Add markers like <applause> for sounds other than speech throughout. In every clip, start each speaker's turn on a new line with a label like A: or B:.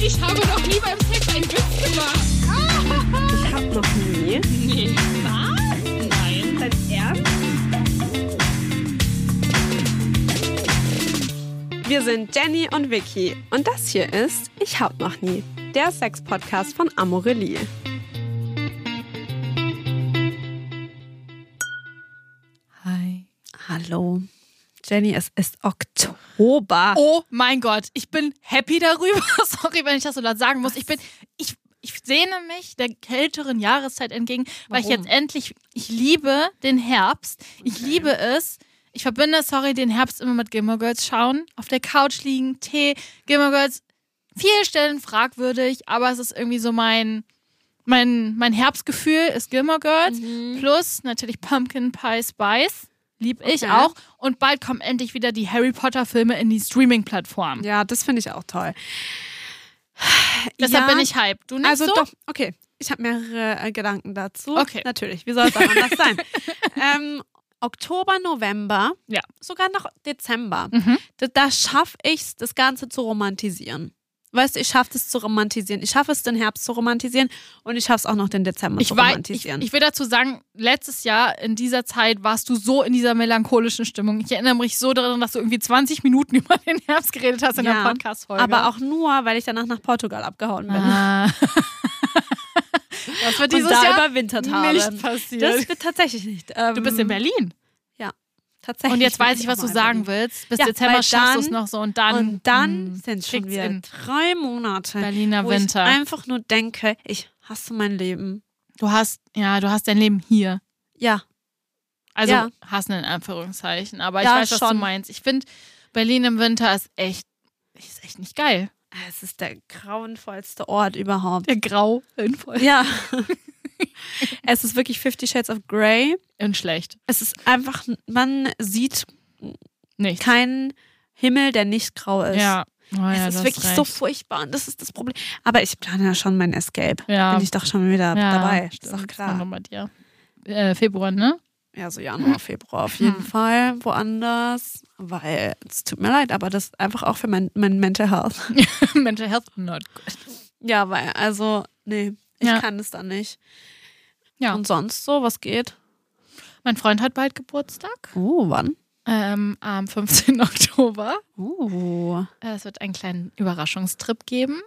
A: Ich habe noch nie beim Sex einen Witz gemacht.
B: Ich hab noch nie.
A: Nee. Was? Nein.
B: Dein Ernst? Wir sind Jenny und Vicky und das hier ist Ich hab noch nie, der Sex-Podcast von Amorelie.
A: Hi.
B: Hallo. Jenny, es ist Oktober.
A: Oh mein Gott, ich bin happy darüber. <laughs> Sorry, wenn ich das so laut sagen muss. Ich bin, ich, ich sehne mich der kälteren Jahreszeit entgegen, weil ich
B: Warum?
A: jetzt endlich, ich liebe den Herbst. Ich liebe es. Ich verbinde, sorry, den Herbst immer mit Gilmore Girls schauen, auf der Couch liegen, Tee, Gilmore Girls. Viele Stellen fragwürdig, aber es ist irgendwie so mein, mein, mein Herbstgefühl ist Gilmore Girls.
B: Mhm.
A: Plus natürlich Pumpkin Pie Spice. Lieb ich
B: Okay.
A: auch. Und bald kommen endlich wieder die Harry Potter-Filme in die Streaming-Plattform.
B: Ja, das finde ich auch toll.
A: Deshalb
B: Ja.
A: bin ich hype. Du nicht
B: also
A: so?
B: doch, okay. Ich habe mehrere äh, Gedanken dazu.
A: Okay.
B: Natürlich, wie soll es auch anders sein? <laughs> ähm, Oktober, November,
A: Ja.
B: sogar noch Dezember.
A: Mhm.
B: Da, da schaffe ich es, das Ganze zu romantisieren. Weißt du, ich schaffe es zu romantisieren. Ich schaffe es, den Herbst zu romantisieren und ich schaffe es auch noch, den Dezember
A: Ich,
B: zu
A: wei- ich,
B: romantisieren.
A: ich will dazu sagen, letztes Jahr in dieser Zeit warst du so in dieser melancholischen Stimmung. Ich erinnere mich so daran, dass du irgendwie 20 Minuten <laughs> über den Herbst geredet hast in
B: Ja,
A: der Podcast-Folge.
B: aber auch nur, weil ich danach nach Portugal abgehauen bin.
A: Ah. <laughs> das wird dieses
B: und da
A: Jahr
B: überwintert
A: nicht
B: habe.
A: passieren.
B: Das wird tatsächlich nicht. Ähm,
A: Du bist in Berlin.
B: Tatsächlich.
A: Und jetzt
B: bin
A: weiß ich, was du
B: nochmal in
A: sagen
B: Berlin.
A: willst. Bis
B: Ja,
A: Dezember
B: weil
A: schaffst du es
B: dann-
A: noch so und dann.
B: Und dann
A: mh,
B: sind es schon
A: kickt's
B: wieder
A: in.
B: drei Monate,
A: Berliner
B: wo
A: Winter.
B: ich einfach nur denke, ich hasse mein Leben.
A: Du hast, ja, du hast dein Leben hier.
B: Ja,
A: Also
B: Ja.
A: hassen in Anführungszeichen. Aber
B: Ja,
A: ich weiß, was du
B: schon.
A: meinst. Ich finde, Berlin im Winter ist echt, ist echt nicht geil.
B: es ist der grauenvollste Ort überhaupt.
A: Der Grau in voll. <laughs>
B: Ja. es ist wirklich Fifty Shades of Grey.
A: Und schlecht.
B: Es ist einfach, man sieht
A: Nichts.
B: keinen Himmel, der nicht grau ist.
A: ja. Oh,
B: Es
A: ja, du
B: ist
A: hast
B: wirklich
A: recht.
B: so furchtbar und das ist das Problem. Aber ich plane ja schon mein Escape.
A: Ja.
B: Bin ich doch schon wieder
A: ja,
B: dabei. Ist
A: stimmt.
B: doch
A: Das war
B: klar.
A: noch bei dir. Äh,
B: <laughs>
A: Februar, ne?
B: Ja, so Januar, Februar auf
A: Hm.
B: jeden Fall. Woanders. Weil es tut mir leid, aber das ist einfach auch für mein, mein Mental Health. <laughs>
A: Mental Health not good.
B: Ja, weil, also, nee, ich
A: Ja.
B: kann es dann nicht.
A: Ja.
B: Und sonst so, was geht?
A: Mein Freund hat bald Geburtstag.
B: Oh, wann?
A: Ähm, am 15. <laughs> Oktober.
B: Oh.
A: Äh, Es wird einen kleinen Überraschungstrip geben.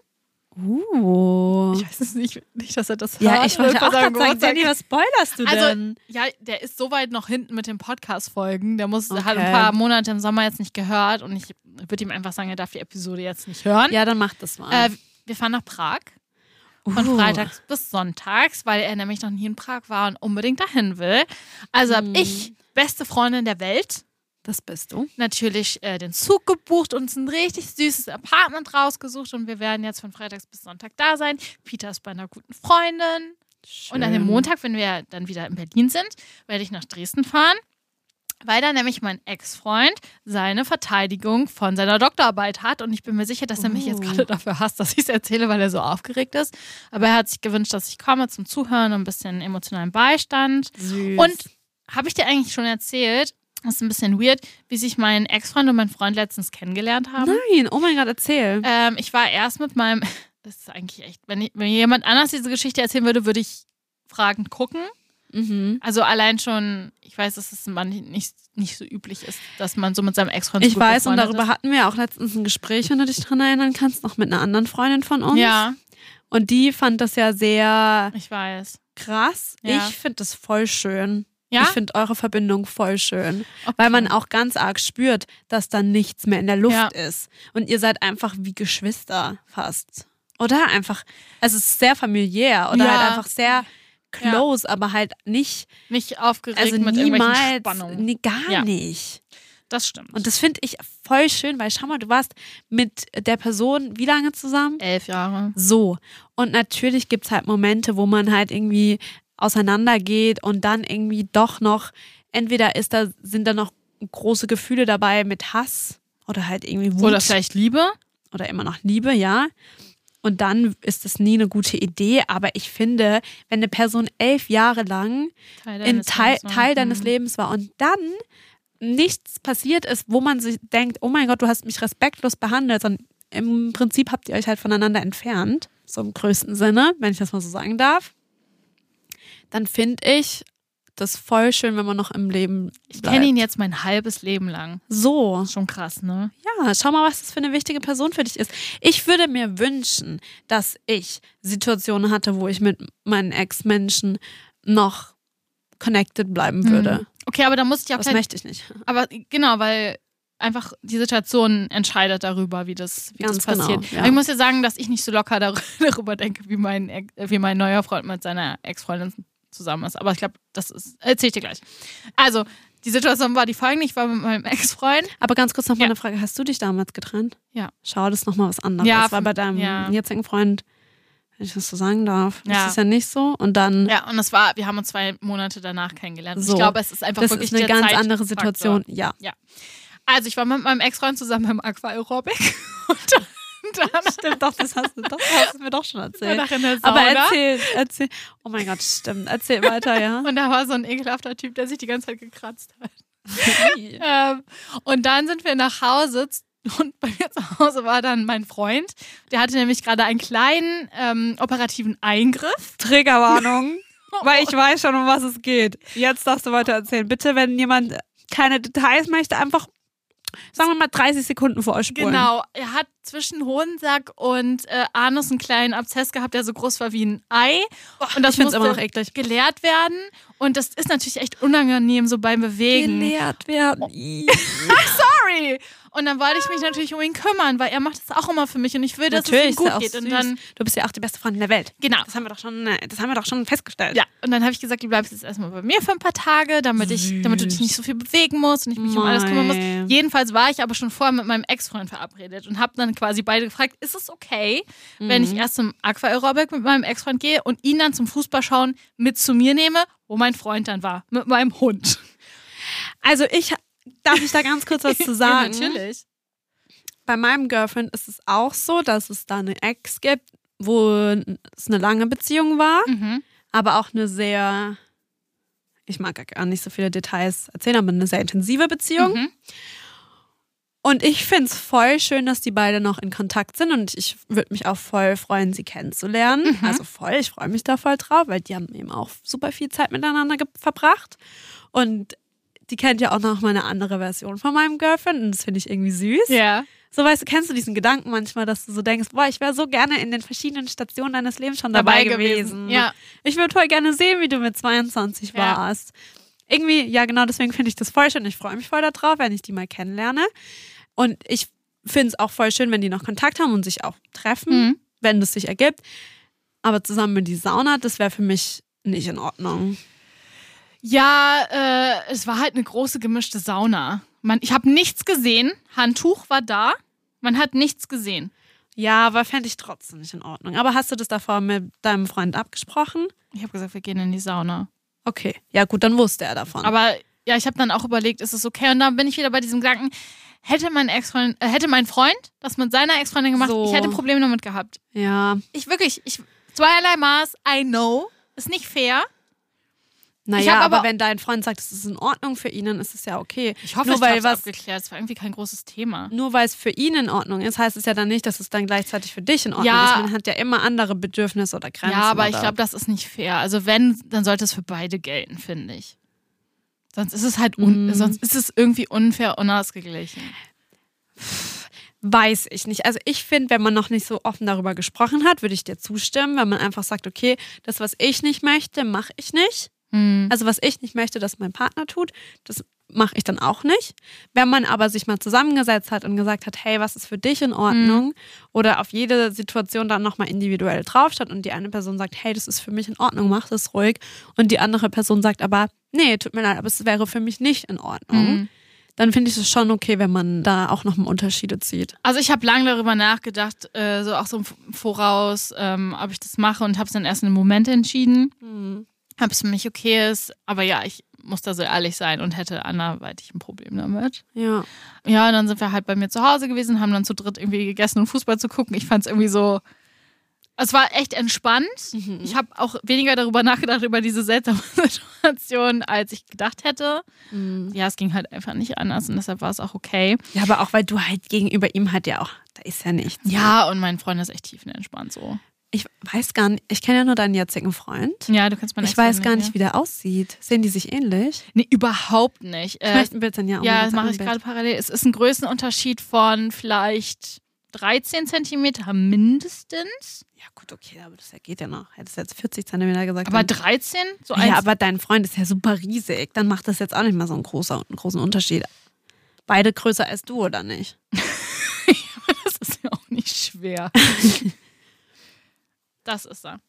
B: Oh.
A: Ich weiß es nicht, nicht dass er das
B: ja,
A: hört.
B: ich wollte
A: Vor
B: auch
A: seinem
B: gerade sagen,
A: Geburtstag.
B: Jenny, was spoilerst du
A: Also,
B: denn?
A: Ja, der ist so weit noch hinten mit den Podcast-Folgen. Der muss,
B: Okay.
A: hat ein paar Monate im Sommer jetzt nicht gehört und ich würde ihm einfach sagen, er darf die Episode jetzt nicht hören.
B: Ja, dann mach das mal.
A: Äh, wir fahren nach Prag von
B: Uh.
A: freitags bis sonntags, weil er nämlich noch nie in Prag war und unbedingt dahin will. Also habe
B: Mhm.
A: ich, beste Freundin der Welt,
B: Das bist du.
A: natürlich äh, den Zug gebucht, uns ein richtig süßes Apartment rausgesucht und wir werden jetzt von freitags bis Sonntag da sein. Peter ist bei einer guten Freundin. Und an dem Montag, wenn wir dann wieder in Berlin sind, werde ich nach Dresden fahren, weil da nämlich mein Ex-Freund seine Verteidigung von seiner Doktorarbeit hat. Und ich bin mir sicher, dass er mich jetzt
B: Oh.
A: gerade dafür hasst, dass ich es erzähle, weil er so aufgeregt ist. Aber er hat sich gewünscht, dass ich komme zum Zuhören und ein bisschen emotionalen Beistand.
B: Süß.
A: Und habe ich dir eigentlich schon erzählt, das ist ein bisschen weird, wie sich mein Ex-Freund und mein Freund letztens kennengelernt haben.
B: Nein, oh mein Gott, erzähl.
A: Ähm, ich war erst mit meinem. <laughs> Das ist eigentlich echt. Wenn, ich, wenn mir jemand anders diese Geschichte erzählen würde, würde ich fragend gucken.
B: Mhm.
A: Also allein schon, ich weiß, dass es man nicht, nicht so üblich ist, dass man so mit seinem Ex-Freund so
B: Ich
A: gut
B: weiß, und
A: befreundet
B: darüber hatten wir auch letztens ein Gespräch, wenn du dich dran erinnern kannst, noch mit einer anderen Freundin von
A: ist.
B: uns.
A: Ja,
B: Und die fand das ja sehr
A: ich weiß.
B: krass.
A: Ja.
B: Ich finde das voll schön.
A: Ja?
B: Ich finde eure Verbindung voll schön.
A: Okay.
B: Weil man auch ganz arg spürt, dass da nichts mehr in der Luft
A: Ja.
B: ist. Und ihr seid einfach wie Geschwister fast. Oder einfach, also es ist sehr familiär oder
A: Ja.
B: halt einfach sehr close, aber halt nicht,
A: nicht aufgeregt
B: also
A: mit irgendwelchen
B: niemals,
A: Spannungen.
B: nee, gar
A: Ja.
B: nicht.
A: Das stimmt.
B: Und das finde ich voll schön, weil schau mal, du warst mit der Person wie lange zusammen?
A: elf Jahre.
B: So. Und natürlich gibt es halt Momente, wo man halt irgendwie auseinandergeht und dann irgendwie doch noch, entweder ist da, sind da noch große Gefühle dabei mit Hass oder halt irgendwie Wut
A: Oder vielleicht Liebe.
B: oder immer noch Liebe, ja. Und dann ist es nie eine gute Idee, aber ich finde, wenn eine Person elf Jahre lang
A: Teil
B: in Teil,
A: Lebens, ne?
B: Teil deines
A: Mhm.
B: Lebens war und dann nichts passiert ist, wo man sich denkt, oh mein Gott, du hast mich respektlos behandelt, sondern im Prinzip habt ihr euch halt voneinander entfernt, so im größten Sinne, wenn ich das mal so sagen darf, dann finde ich das voll schön, wenn man noch im Leben
A: Ich
B: bleibt.
A: kenne ihn jetzt mein halbes Leben lang.
B: So,
A: Schon krass, ne?
B: ja, schau mal, was das für eine wichtige Person für dich ist. Ich würde mir wünschen, dass ich Situationen hatte, wo ich mit meinen Ex-Menschen noch connected bleiben würde.
A: Mhm. Okay, aber da muss ich auch
B: Das möchte ich nicht.
A: Aber genau, weil einfach die Situation entscheidet darüber, wie das, wie
B: Ganz
A: das
B: genau,
A: passiert.
B: ja.
A: Aber Ich muss ja sagen, dass ich nicht so locker dar- <laughs> darüber denke, wie mein, Ex- äh, wie mein neuer Freund mit seiner Ex-Freundin zusammen ist. Aber ich glaube, das ist, erzähl ich dir gleich. Also, die Situation war die folgende, ich war mit meinem Ex-Freund.
B: Aber ganz kurz noch mal
A: Ja.
B: eine Frage. Hast du dich damals getrennt?
A: Ja.
B: Schau, das ist noch mal was anderes.
A: Ja,
B: weil bei deinem
A: ja.
B: jetzigen Freund, wenn ich das so sagen darf,
A: Ja.
B: ist es ja nicht so. Und dann,
A: Ja, und das war, wir haben uns zwei Monate danach kennengelernt. Und
B: So.
A: ich glaube, es ist einfach
B: das
A: wirklich
B: ist eine
A: der
B: ganz
A: Zeitfaktor.
B: andere Situation.
A: <laughs>
B: Ja.
A: Also, ich war mit meinem Ex-Freund zusammen im Aquaerobic <laughs> und dann, dann
B: Stimmt, doch, das hast du, doch, hast du mir doch schon erzählt.
A: danach in der Sauna.
B: Aber erzähl, erzähl. Oh mein Gott, stimmt. Erzähl weiter,
A: <laughs>
B: ja.
A: Und da war so ein ekelhafter Typ, der sich die ganze Zeit gekratzt hat.
B: Ja.
A: Ähm, und dann sind wir nach Hause und bei mir zu Hause war dann mein Freund. Der hatte nämlich gerade einen kleinen ähm, operativen Eingriff.
B: Triggerwarnung,
A: Oh.
B: weil ich weiß schon, um was es geht. Jetzt darfst du weiter erzählen. Bitte, wenn jemand keine Details möchte, einfach, sagen wir mal, 30 Sekunden vor euch spulen.
A: Genau, er hat zwischen Hodensack und äh, Anus einen kleinen Abszess gehabt, der so groß war wie ein Ei. Und das
B: ich find's
A: musste
B: immer noch eklig.
A: geleert werden. Und das ist natürlich echt unangenehm, so beim Bewegen.
B: Gelehrt werden. Ih.
A: Sorry. Und dann wollte ich mich natürlich um ihn kümmern, weil er macht das auch immer für mich und ich will, dass
B: Natürlich,
A: es ihm
B: ist ja
A: gut
B: auch
A: geht. Und
B: süß.
A: dann,
B: du bist ja auch die beste Freundin der Welt.
A: genau.
B: Das haben wir doch schon, äh, das haben wir doch schon festgestellt.
A: Ja, und dann habe ich gesagt, du bleibst jetzt erstmal bei mir für ein paar Tage, damit, ich, damit du dich nicht so viel bewegen musst und ich mich um alles kümmern muss.
B: Mei.
A: Jedenfalls war ich aber schon vorher mit meinem Ex-Freund verabredet und habe dann quasi beide gefragt, ist es okay, wenn
B: Mhm.
A: ich erst zum Aqua-Aerobic mit meinem Ex-Freund gehe und ihn dann zum Fußballschauen mit zu mir nehme, wo mein Freund dann war, mit meinem Hund.
B: Also ich darf ich da ganz <laughs> kurz was zu sagen.
A: Ja, natürlich.
B: Bei meinem Girlfriend ist es auch so, dass es da eine Ex gibt, wo es eine lange Beziehung war,
A: Mhm.
B: aber auch eine sehr ich mag ja gar nicht so viele Details erzählen, aber eine sehr intensive Beziehung.
A: Mhm.
B: Und ich finde es voll schön, dass die beide noch in Kontakt sind und ich würde mich auch voll freuen, sie kennenzulernen.
A: Mhm.
B: Also voll, ich freue mich da voll drauf, weil die haben eben auch super viel Zeit miteinander ge- verbracht. Und die kennt ja auch noch mal eine andere Version von meinem Girlfriend und das finde ich irgendwie süß.
A: <laughs> Ja.
B: So weißt du, kennst du diesen Gedanken manchmal, dass du so denkst, boah, ich wäre so gerne in den verschiedenen Stationen deines Lebens schon dabei, gewesen.
A: Ja.
B: Ich würde voll gerne sehen, wie du mit 22
A: Ja.
B: warst. Irgendwie, ja genau, deswegen finde ich das voll schön. Ich freue mich voll darauf, wenn ich die mal kennenlerne. Und ich finde es auch voll schön, wenn die noch Kontakt haben und sich auch treffen,
A: Mhm.
B: wenn das sich ergibt. Aber zusammen mit die Sauna, das wäre für mich nicht in Ordnung.
A: Ja, äh, es war halt eine große gemischte Sauna. Man, ich habe nichts gesehen. Handtuch war da. Man hat nichts gesehen.
B: Ja, aber fände ich trotzdem nicht in Ordnung. Aber hast du das davor mit deinem Freund abgesprochen?
A: Ich habe gesagt, wir gehen in die Sauna.
B: Okay, ja gut, dann wusste er davon.
A: Aber ja, ich habe dann auch überlegt, ist es okay? Und dann bin ich wieder bei diesem Gedanken, hätte mein Ex-Freund, äh, hätte mein Freund das mit seiner Ex-Freundin gemacht,
B: So.
A: ich hätte Probleme damit gehabt.
B: ja,
A: Ich wirklich, ich zweierlei Maß, I know, ist nicht fair. Ich
B: naja,
A: hab
B: aber,
A: aber-
B: wenn dein Freund sagt, es ist in Ordnung für ihn, dann ist es ja okay.
A: Ich hoffe,
B: nur
A: ich
B: weil
A: habe
B: was,
A: abgeklärt. Es war irgendwie kein großes Thema.
B: nur weil es für ihn in Ordnung ist, heißt es ja dann nicht, dass es dann gleichzeitig für dich in Ordnung
A: Ja.
B: ist. Man hat ja immer andere Bedürfnisse oder Grenzen.
A: Ja, aber
B: oder
A: ich glaube, das ist nicht fair. Also wenn, dann sollte es für beide gelten, finde ich. Sonst ist es halt un sonst ist es irgendwie unfair unausgeglichen.
B: weiß ich nicht. Also ich finde, wenn man noch nicht so offen darüber gesprochen hat, würde ich dir zustimmen, wenn man einfach sagt, okay, das was ich nicht möchte, mache ich nicht.
A: Hm.
B: Also was ich nicht möchte, dass mein Partner tut, das mache ich dann auch nicht. Wenn man aber sich mal zusammengesetzt hat und gesagt hat, hey, was ist für dich in Ordnung? Oder auf jede Situation dann nochmal individuell drauf schaut und die eine Person sagt, hey, das ist für mich in Ordnung, mach das ruhig. Und die andere Person sagt aber, nee, tut mir leid, aber es wäre für mich nicht in Ordnung.
A: Mhm.
B: Dann finde ich es schon okay, wenn man da auch nochmal Unterschiede zieht.
A: Also ich habe lange darüber nachgedacht, äh, so auch so im Voraus, ähm, ob ich das mache und habe es dann erst in einem Moment entschieden, ob es für mich okay ist. Aber ja, ich muss da so ehrlich sein und hätte anderweitig ein Problem damit.
B: Ja.
A: Ja, um und dann sind wir halt bei mir zu Hause gewesen, haben dann zu dritt irgendwie gegessen und Fußball zu gucken. Ich fand es irgendwie so, Es war echt entspannt. Ich habe auch weniger darüber nachgedacht, über diese seltsame <laughs> Situation, als ich gedacht hätte. Ja, es ging halt einfach nicht anders und deshalb war es auch okay.
B: Ja, aber auch weil du halt gegenüber ihm halt ja auch, da ist ja nichts.
A: Ja, und mein Freund ist echt tiefenentspannt so.
B: Ich weiß gar nicht, ich kenne ja nur deinen jetzigen Freund.
A: Ja, du kannst mal
B: ich Hm, weiß gar nicht, wie der aussieht. Sehen die sich ähnlich?
A: ne? Nee, überhaupt nicht. Äh,
B: Ich möchte ein Bild dann Äh, ja auch
A: Ja,
B: mal
A: das
B: ganz
A: mache ich
B: ein Bild.
A: gerade parallel. Es ist ein Größenunterschied von vielleicht 13 Zentimeter mindestens.
B: Ja, gut, okay, aber das geht ja noch. Hättest du jetzt 40 Zentimeter gesagt.
A: Aber
B: dann-
A: 13? So
B: ja,
A: eins-
B: aber dein Freund ist ja super riesig. Dann macht das jetzt auch nicht mal so einen, großer, einen großen Unterschied. Beide größer als du, oder nicht?
A: <laughs> das ist ja auch nicht
B: <laughs>
A: schwer. das ist er.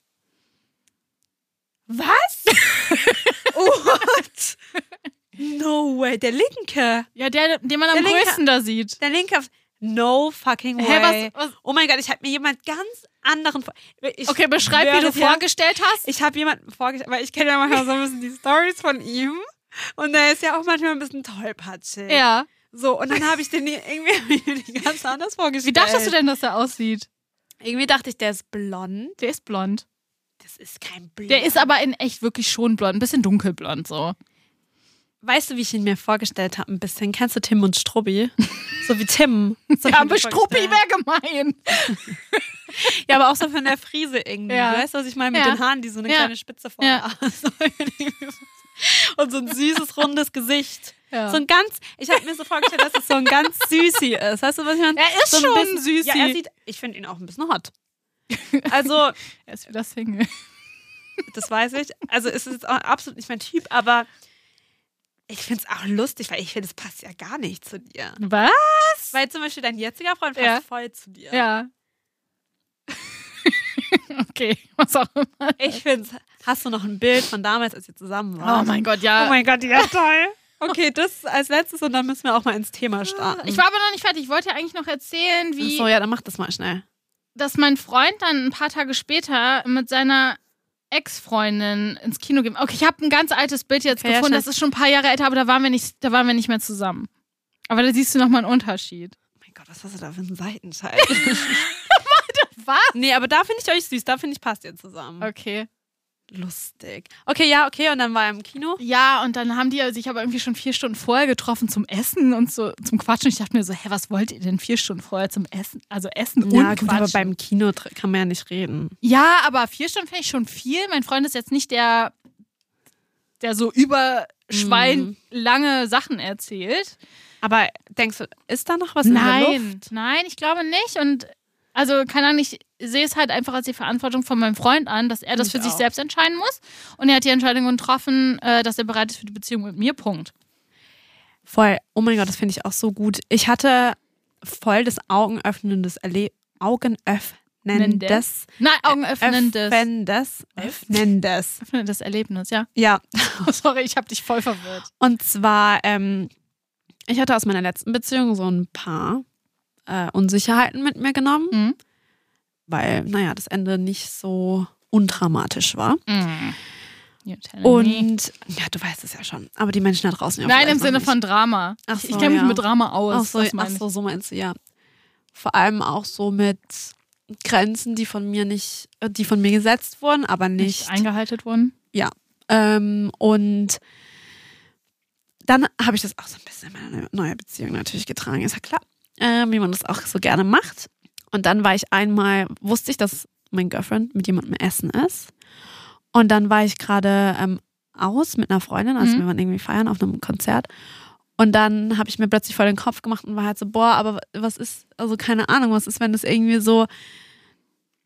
A: Was?
B: What? No way. Der Linke.
A: Ja, der, den man am
B: Der linke-
A: größten da sieht.
B: Der Linke. auf- No fucking way.
A: Hä, was- was-
B: Oh mein Gott, ich habe mir jemand ganz anderen. vor- Ich
A: Okay, beschreib, wie
B: schwöre
A: du
B: dir,
A: vorgestellt hast.
B: Ich habe jemanden vorgestellt, weil ich kenne ja manchmal so ein bisschen die Stories von ihm. Und der ist ja auch manchmal ein bisschen tollpatschig.
A: ja.
B: So, und dann habe ich den irgendwie <laughs> hab ich mir den ganz anders vorgestellt.
A: Wie dachtest du denn, dass er aussieht?
B: Irgendwie dachte ich, der ist blond.
A: Der ist blond.
B: Das ist kein Blond.
A: Der ist aber in echt wirklich schon blond. Ein bisschen dunkelblond so.
B: weißt du, wie ich ihn mir vorgestellt habe? Ein bisschen. Kennst du Tim und
A: <laughs>
B: Struppi? So wie Tim. So
A: Ja,
B: hab ich mir
A: Bestruppi
B: vorgestellt.
A: wäre gemein.
B: Ja, aber auch so von der Frise irgendwie.
A: Ja.
B: Weißt du, was ich meine? Mit
A: Ja.
B: den Haaren, die so eine
A: Ja.
B: kleine Spitze vorne
A: Ja.
B: haben. So irgendwie- Und so ein süßes, rundes Gesicht.
A: Ja.
B: So ein ganz, ich habe mir so vorgestellt, dass es so ein
A: <laughs>
B: ganz Süßi ist. Weißt du, was ich meine?
A: Er ist
B: so ein
A: schon
B: bisschen,
A: Süßi.
B: Ja, er sieht, ich finde ihn auch ein bisschen hot. Also,
A: Er ist wieder Single.
B: das weiß ich. Also, es ist auch absolut nicht mein Typ, aber ich finde es auch lustig, weil ich finde, es passt ja gar nicht zu dir.
A: Was?
B: Weil zum Beispiel dein jetziger Freund passt
A: Ja.
B: voll zu dir.
A: Ja. <laughs> okay, was auch immer.
B: Ich finde hast du noch ein Bild von damals, als ihr zusammen
A: Oh
B: wart?
A: mein Gott, ja.
B: Oh mein Gott, ja toll. Ah, Okay, das als letztes und dann müssen wir auch mal ins Thema starten.
A: ich war aber noch nicht fertig. Ich wollte ja eigentlich noch erzählen, wie,
B: so, ja, dann mach das mal schnell.
A: dass mein Freund dann ein paar Tage später mit seiner Ex-Freundin ins Kino ging. Okay, ich habe ein ganz altes Bild jetzt
B: Okay, ja,
A: gefunden.
B: schnell.
A: Das ist schon ein paar Jahre älter, aber da waren wir nicht, da waren wir nicht mehr zusammen. Aber da siehst du nochmal einen Unterschied.
B: Oh mein Gott, was hast du da für einen <laughs> Seitenscheitel?
A: Was?
B: nee, aber da finde ich euch süß, da finde ich passt ihr zusammen.
A: Okay.
B: Lustig. Okay, ja, okay, und dann war er im Kino.
A: Ja, und dann haben die sich aber irgendwie schon vier Stunden vorher getroffen zum Essen und so zum Quatschen. Ich dachte mir so, hä, was wollt ihr denn vier Stunden vorher zum Essen? Also Essen und Quatschen.
B: Kino tr- kann man ja nicht reden.
A: ja, aber vier Stunden finde ich schon viel. Mein Freund ist jetzt nicht der, der so über
B: Mhm.
A: Schwein lange Sachen erzählt.
B: Aber denkst du, ist da noch was in der Luft?
A: Nein, nein, ich glaube nicht. Und also, keine Ahnung, ich sehe es halt einfach als die Verantwortung von meinem Freund an, dass er das
B: Ich
A: für sich
B: auch.
A: selbst entscheiden muss. Und er hat die Entscheidung getroffen, äh, dass er bereit ist für die Beziehung mit mir. Punkt.
B: Voll. Oh mein Gott, das finde ich auch so gut. Ich hatte voll das augenöffnendes Erlebnis. Augenöffnendes.
A: Nein, Augen öffnendes.
B: Öffnendes. Öffnendes.
A: das Erlebnis, ja.
B: Ja,
A: Oh, sorry, ich habe dich voll verwirrt.
B: Und zwar, ähm, ich hatte aus meiner letzten Beziehung so ein paar äh, Unsicherheiten mit mir genommen,
A: Mhm.
B: weil, naja, das Ende nicht so undramatisch war.
A: You tell me.
B: Mhm. Und, ja, du weißt es ja schon, aber die Menschen da draußen ja
A: Mhm. Nein,
B: vielleicht
A: im
B: noch
A: Sinne
B: nicht.
A: von Drama.
B: Ach
A: ich
B: so,
A: ich kenne mich
B: ja.
A: mit Drama aus.
B: Ach so,
A: das
B: ach
A: meine
B: so, so meinst du, ja. Vor allem auch so mit Grenzen, die von mir nicht, äh, die von mir gesetzt wurden, aber
A: ich.
B: nicht,
A: eingehalten worden.
B: Ähm, und dann habe ich das auch so ein bisschen in meine neue Beziehung natürlich getragen, ist ja klar, ähm, wie man das auch so gerne macht. Und dann war ich einmal, wusste ich, dass mein Girlfriend mit jemandem essen ist. Und dann war ich gerade ähm, aus mit einer Freundin, also
A: Mhm.
B: wir waren irgendwie feiern auf einem Konzert. Und dann habe ich mir plötzlich voll den Kopf gemacht und war halt so, boah, aber was ist, also keine Ahnung, was ist, wenn das irgendwie so,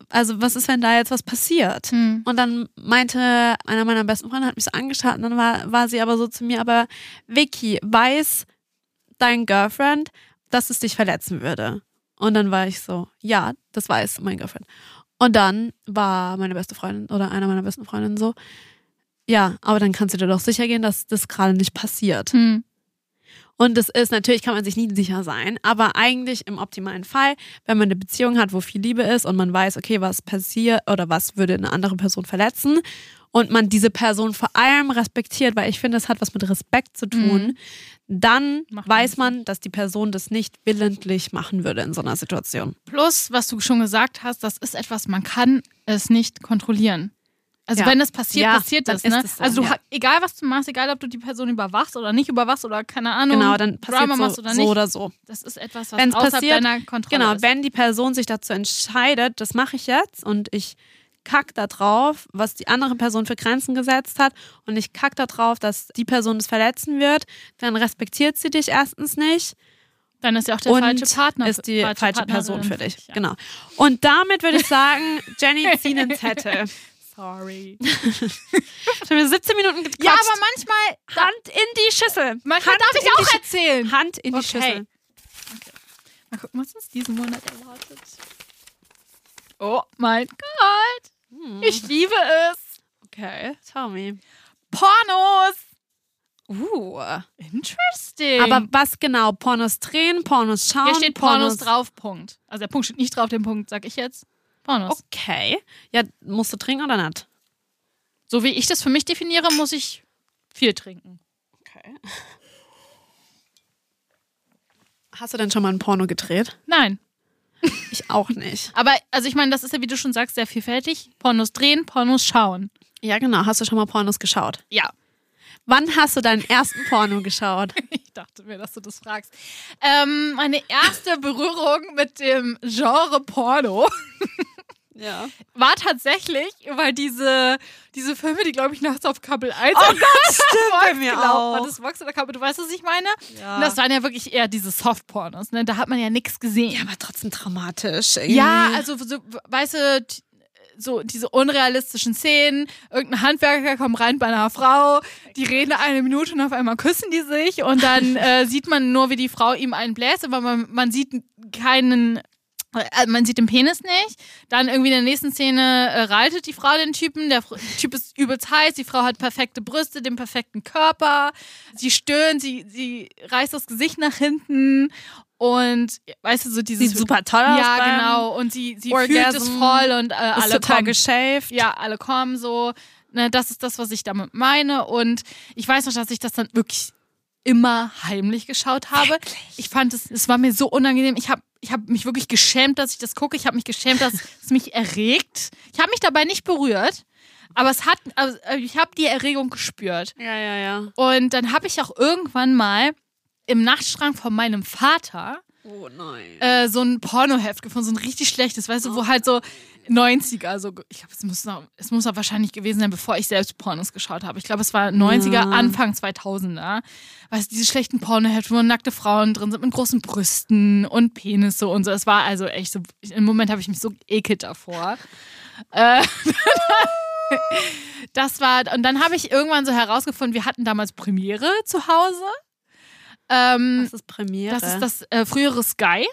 B: also was ist, wenn da jetzt was passiert?
A: Hm.
B: Und dann meinte einer meiner besten Freunde, hat mich so angeschaut und dann war, war sie aber so zu mir, aber Vicky, weiß dein Girlfriend, dass es dich verletzen würde? Und dann war ich so, ja, das weiß mein Girlfriend. Und dann war meine beste Freundin oder einer meiner besten Freundinnen so, ja, aber dann kannst du dir doch sicher gehen, dass das gerade nicht passiert.
A: Hm.
B: Und das ist natürlich, kann man sich nie sicher sein, aber eigentlich im optimalen Fall, wenn man eine Beziehung hat, wo viel Liebe ist und man weiß, okay, was passiert oder was würde eine andere Person verletzen und man diese Person vor allem respektiert, weil ich finde, es hat was mit Respekt zu tun, dann
A: Mhm. Macht man
B: weiß man, dass die Person das nicht willentlich machen würde in so einer Situation.
A: Plus, was du schon gesagt hast, das ist etwas, man kann es nicht kontrollieren. Also
B: Ja.
A: wenn es passiert,
B: Ja,
A: passiert
B: dann
A: es.
B: ist
A: Ne?
B: es so,
A: also du,
B: ja.
A: ha- egal was du machst, egal ob du die Person überwachst oder nicht überwachst oder keine Ahnung,
B: Genau, dann passiert
A: Drama
B: so,
A: machst oder
B: so
A: nicht,
B: oder so.
A: das ist etwas, was
B: Wenn's
A: außerhalb
B: passiert,
A: deiner Kontrolle
B: Genau,
A: ist.
B: wenn die Person sich dazu entscheidet, das mache ich jetzt und ich kack da drauf, was die andere Person für Grenzen gesetzt hat und ich kack da drauf, dass die Person das verletzen wird, dann respektiert sie dich erstens nicht
A: dann ist ja auch der
B: und
A: falsche Partner
B: ist die falsche, Person
A: Partnerin
B: für dich.
A: Ja.
B: Genau. Und damit würde ich sagen,
A: <laughs>
B: Jenny ziehen ins Hätte.
A: Sorry.
B: Schon wieder 17 Minuten gekotzt.
A: Ja, aber manchmal,
B: Hand in die Schüssel.
A: manchmal
B: Hand
A: darf
B: in
A: ich
B: die
A: auch
B: Schü-
A: erzählen.
B: Hand in die
A: Okay.
B: Schüssel.
A: Mal gucken, was uns diesen Monat erwartet. Oh mein Gott. Ich liebe es.
B: Okay, tell me.
A: Pornos.
B: Uh.
A: Interesting.
B: Aber was genau? Pornos drehen, Pornos schauen?
A: Ähm. hier steht Pornos, drauf, Punkt. Also der Punkt steht nicht drauf, den Punkt sag ich jetzt. Pornos.
B: Okay. Ja, musst du trinken oder nicht?
A: So wie ich das für mich definiere, muss ich viel trinken.
B: Okay. Hast du denn schon mal ein Porno gedreht?
A: Nein.
B: Ich auch nicht.
A: Aber, also ich meine, das ist ja, wie du schon sagst, sehr vielfältig. Pornos drehen, Pornos schauen.
B: Ja, genau. Hast du schon mal Pornos geschaut?
A: Ja.
B: Wann hast du deinen ersten Porno geschaut?
A: <laughs> Ich dachte mir, dass du das fragst. Ähm, meine erste Berührung mit dem Genre Porno
B: <laughs> Ja.
A: war tatsächlich über diese, diese Filme, die, glaube ich, nachts auf Kabel 1 oh Gott, stimmt
B: bei mir auch.
A: War das Vox oder Kabel? Du weißt, was ich meine?
B: Ja.
A: Und das waren ja wirklich eher diese Soft-Pornos. Ne? Da hat man ja nichts gesehen.
B: Aber trotzdem dramatisch. irgendwie.
A: Ja, also, so, weißt du, t- so diese unrealistischen Szenen. Irgendein Handwerker kommt rein bei einer Frau, die reden eine Minute und auf einmal küssen die sich und dann äh, sieht man nur, wie die Frau ihm einen bläst, aber man, man sieht keinen. äh, Man sieht den Penis nicht. Dann irgendwie in der nächsten Szene äh, reitet die Frau den Typen. Der Fr- <laughs> Typ ist übelst heiß. Die Frau hat perfekte Brüste, den perfekten Körper. Sie stöhnt, sie, sie reißt das Gesicht nach hinten. Und weißt du, so dieses.
B: Sieht super toll aus.
A: Ja,
B: beim-
A: genau. Und sie, sie
B: Orgasm
A: fühlt es voll und äh,
B: Ist
A: alle
B: total
A: kommen.
B: geschäft.
A: Ja, alle kommen so. Ne, das ist das, was ich damit meine. Und ich weiß noch, dass ich das dann wirklich immer heimlich geschaut habe. Ich fand es, es war mir so unangenehm. Ich habe ich hab mich wirklich geschämt, dass ich das gucke. Ich habe mich geschämt, dass es mich erregt. Ich habe mich dabei nicht berührt, aber es hat, also ich habe die Erregung gespürt.
B: Ja, ja, ja.
A: Und dann habe ich auch irgendwann mal im Nachtschrank von meinem Vater
B: Oh nein.
A: äh, so ein Pornoheft gefunden, so ein richtig schlechtes, weißt du,
B: Oh.
A: wo halt so 90er, so, ich glaube, es muss noch, es muss noch wahrscheinlich gewesen sein, bevor ich selbst Pornos geschaut habe. Ich glaube, es war 90er,
B: Ja.
A: Anfang 2000er. Weißt du, diese schlechten Pornohefte, wo nackte Frauen drin sind mit großen Brüsten und Penisse und so. Es war also echt so, ich- im Moment habe ich mich so ekelt davor. äh, <laughs> das war, und dann habe ich irgendwann so herausgefunden, wir hatten damals Premiere zu Hause. Ähm,
B: Das ist Premiere.
A: das ist das äh, frühere Sky.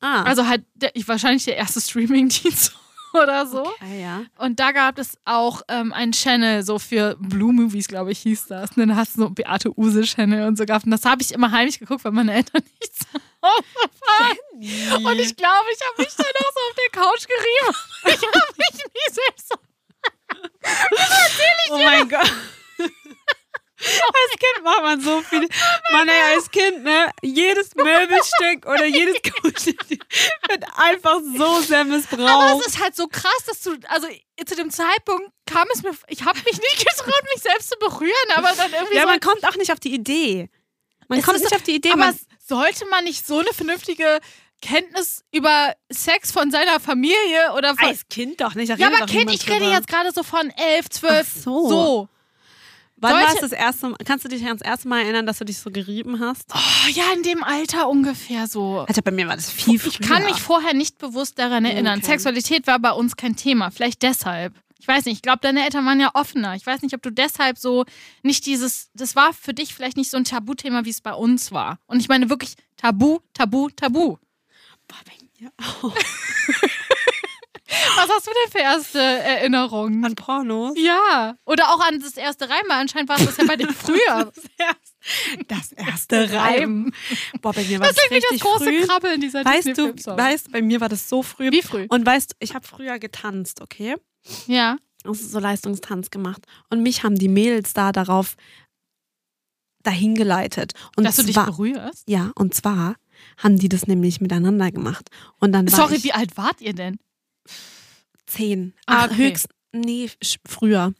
B: Ah.
A: Also halt der, ich- wahrscheinlich der erste Streamingdienst <laughs> oder so.
B: okay, ja.
A: Und da gab es auch ähm, einen Channel so für Blue Movies, glaube ich, hieß das. Und dann hast du so Beate Use Channel und so gehabt. Und das habe ich immer heimlich geguckt, weil meine Eltern <laughs> nicht zu Hause waren. Und ich glaube, ich habe mich dann auch so auf der Couch gerieben. <laughs> Ich habe mich nie selbst
B: Oh <laughs> mein Gott. Als Kind macht man so viel. Man, ey, als Kind, ne? Jedes Möbelstück oder jedes Kuscheltier wird einfach so sehr
A: Aber
B: missbraucht.
A: es ist halt so krass, dass du, also zu dem Zeitpunkt kam es mir, ich habe mich nicht getraut, mich selbst zu berühren, aber dann irgendwie
B: Ja,
A: so
B: man kommt auch nicht auf die Idee. Man
A: Es
B: kommt
A: ist
B: nicht
A: doch-
B: auf die Idee.
A: Aber
B: Man,
A: s- sollte man nicht so eine vernünftige Kenntnis über Sex von seiner Familie oder von.
B: als Kind doch nicht. da
A: ja,
B: redet
A: aber
B: doch
A: Kind,
B: niemand
A: ich rede
B: drüber.
A: jetzt gerade so von elf, zwölf.
B: Ach so.
A: so.
B: Wann war es
A: solche-
B: das erste Mal? Kannst du dich ans erste Mal erinnern, dass du dich so gerieben hast?
A: Oh, ja, in dem Alter ungefähr so.
B: Alter, bei mir war das viel früher.
A: Ich kann mich vorher nicht bewusst daran erinnern.
B: Okay.
A: Sexualität war bei uns kein Thema. Vielleicht deshalb. Ich weiß nicht, ich glaube, deine Eltern waren ja offener. Ich weiß nicht, ob du deshalb so nicht dieses, das war für dich vielleicht nicht so ein Tabuthema, wie es bei uns war. Und ich meine wirklich Tabu, Tabu, Tabu.
B: Boah, bei mir
A: Was hast du denn für erste
B: <laughs>
A: Erinnerungen?
B: an Pornos. <laughs>
A: Ja, oder auch an das erste Reimer. Anscheinend war es das ja bei dir früher.
B: Das erste- Das erste Reiben. Boah, bei mir war
A: Das
B: das,
A: ist irgendwie das
B: richtig
A: große
B: früh.
A: Krabbeln dieser
B: Weißt du,
A: Disney-Filmsong.
B: weißt, bei mir war das so früh.
A: Wie früh?
B: Und weißt, ich habe früher getanzt, okay?
A: Ja.
B: Also so Leistungstanz gemacht. Und mich haben die Mädels da darauf dahin geleitet. Und
A: Dass du dich
B: zwar,
A: berührst.
B: Ja, und zwar haben die das nämlich miteinander gemacht. Und dann war
A: Sorry,
B: ich
A: wie alt wart ihr denn?
B: zehn.
A: Ah,
B: Ah,
A: okay.
B: höchst, nee, sch- früher.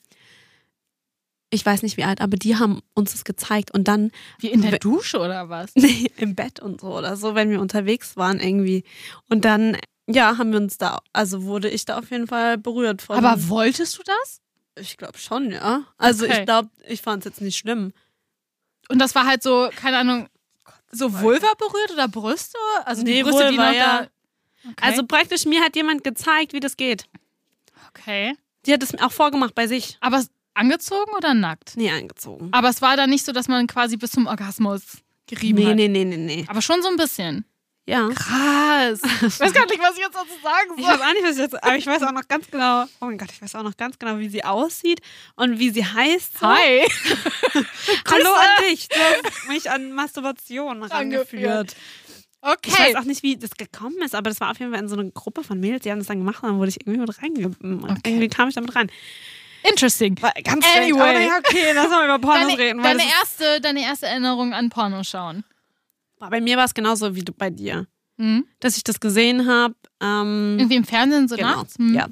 B: Ich weiß nicht wie alt, aber die haben uns das gezeigt. Und dann <laughs>
A: Wie in der
B: We-
A: Dusche oder was?
B: Nee, im Bett und so oder so, wenn wir unterwegs waren irgendwie. Und dann, ja, haben wir uns da, also wurde ich da auf jeden Fall berührt von.
A: Aber wolltest du das?
B: ich glaube schon, ja. Also
A: Okay.
B: ich glaube, ich fand es jetzt nicht schlimm.
A: Und das war halt so, keine Ahnung, so Vulva berührt oder Brüste? Also die
B: Nee,
A: Brüste, die
B: Vulva,
A: noch
B: ja.
A: da. Okay.
B: Also praktisch, mir hat jemand gezeigt, wie das geht.
A: okay.
B: Die hat es auch vorgemacht bei sich.
A: Aber s- angezogen oder nackt?
B: Nee, angezogen.
A: Aber es war dann nicht so, dass man quasi bis zum Orgasmus gerieben
B: Nee,
A: hat.
B: nee, nee, nee, nee.
A: Aber schon so ein bisschen.
B: Ja.
A: Krass. Ich weiß gar nicht, was ich jetzt dazu sagen
B: Ich
A: soll.
B: weiß auch nicht, was ich jetzt, aber ich weiß auch noch ganz genau, oh mein Gott, ich weiß auch noch ganz genau, wie sie aussieht und wie sie heißt. So.
A: Hi.
B: Hallo an dich. Du hast mich an Masturbation
A: Rangeführt.
B: rangeführt. Ich
A: Okay.
B: weiß auch nicht, wie das gekommen ist, aber das war auf jeden Fall in so eine Gruppe von Mädels, die haben das dann gemacht und dann wurde ich irgendwie mit reingebunden.
A: Okay.
B: Irgendwie kam ich damit rein.
A: Interesting.
B: War ganz
A: Anyway.
B: strange. Aber naja, okay, lass mal über Pornos
A: Deine,
B: reden. Weil
A: deine,
B: das ist,
A: erste, deine erste Erinnerung an Porno schauen.
B: bei mir war es genauso wie du- bei dir.
A: Hm? Mhm.
B: Dass ich das gesehen habe. Ähm,
A: Irgendwie im Fernsehen so
B: genau.
A: nachts? Hm.
B: Ja.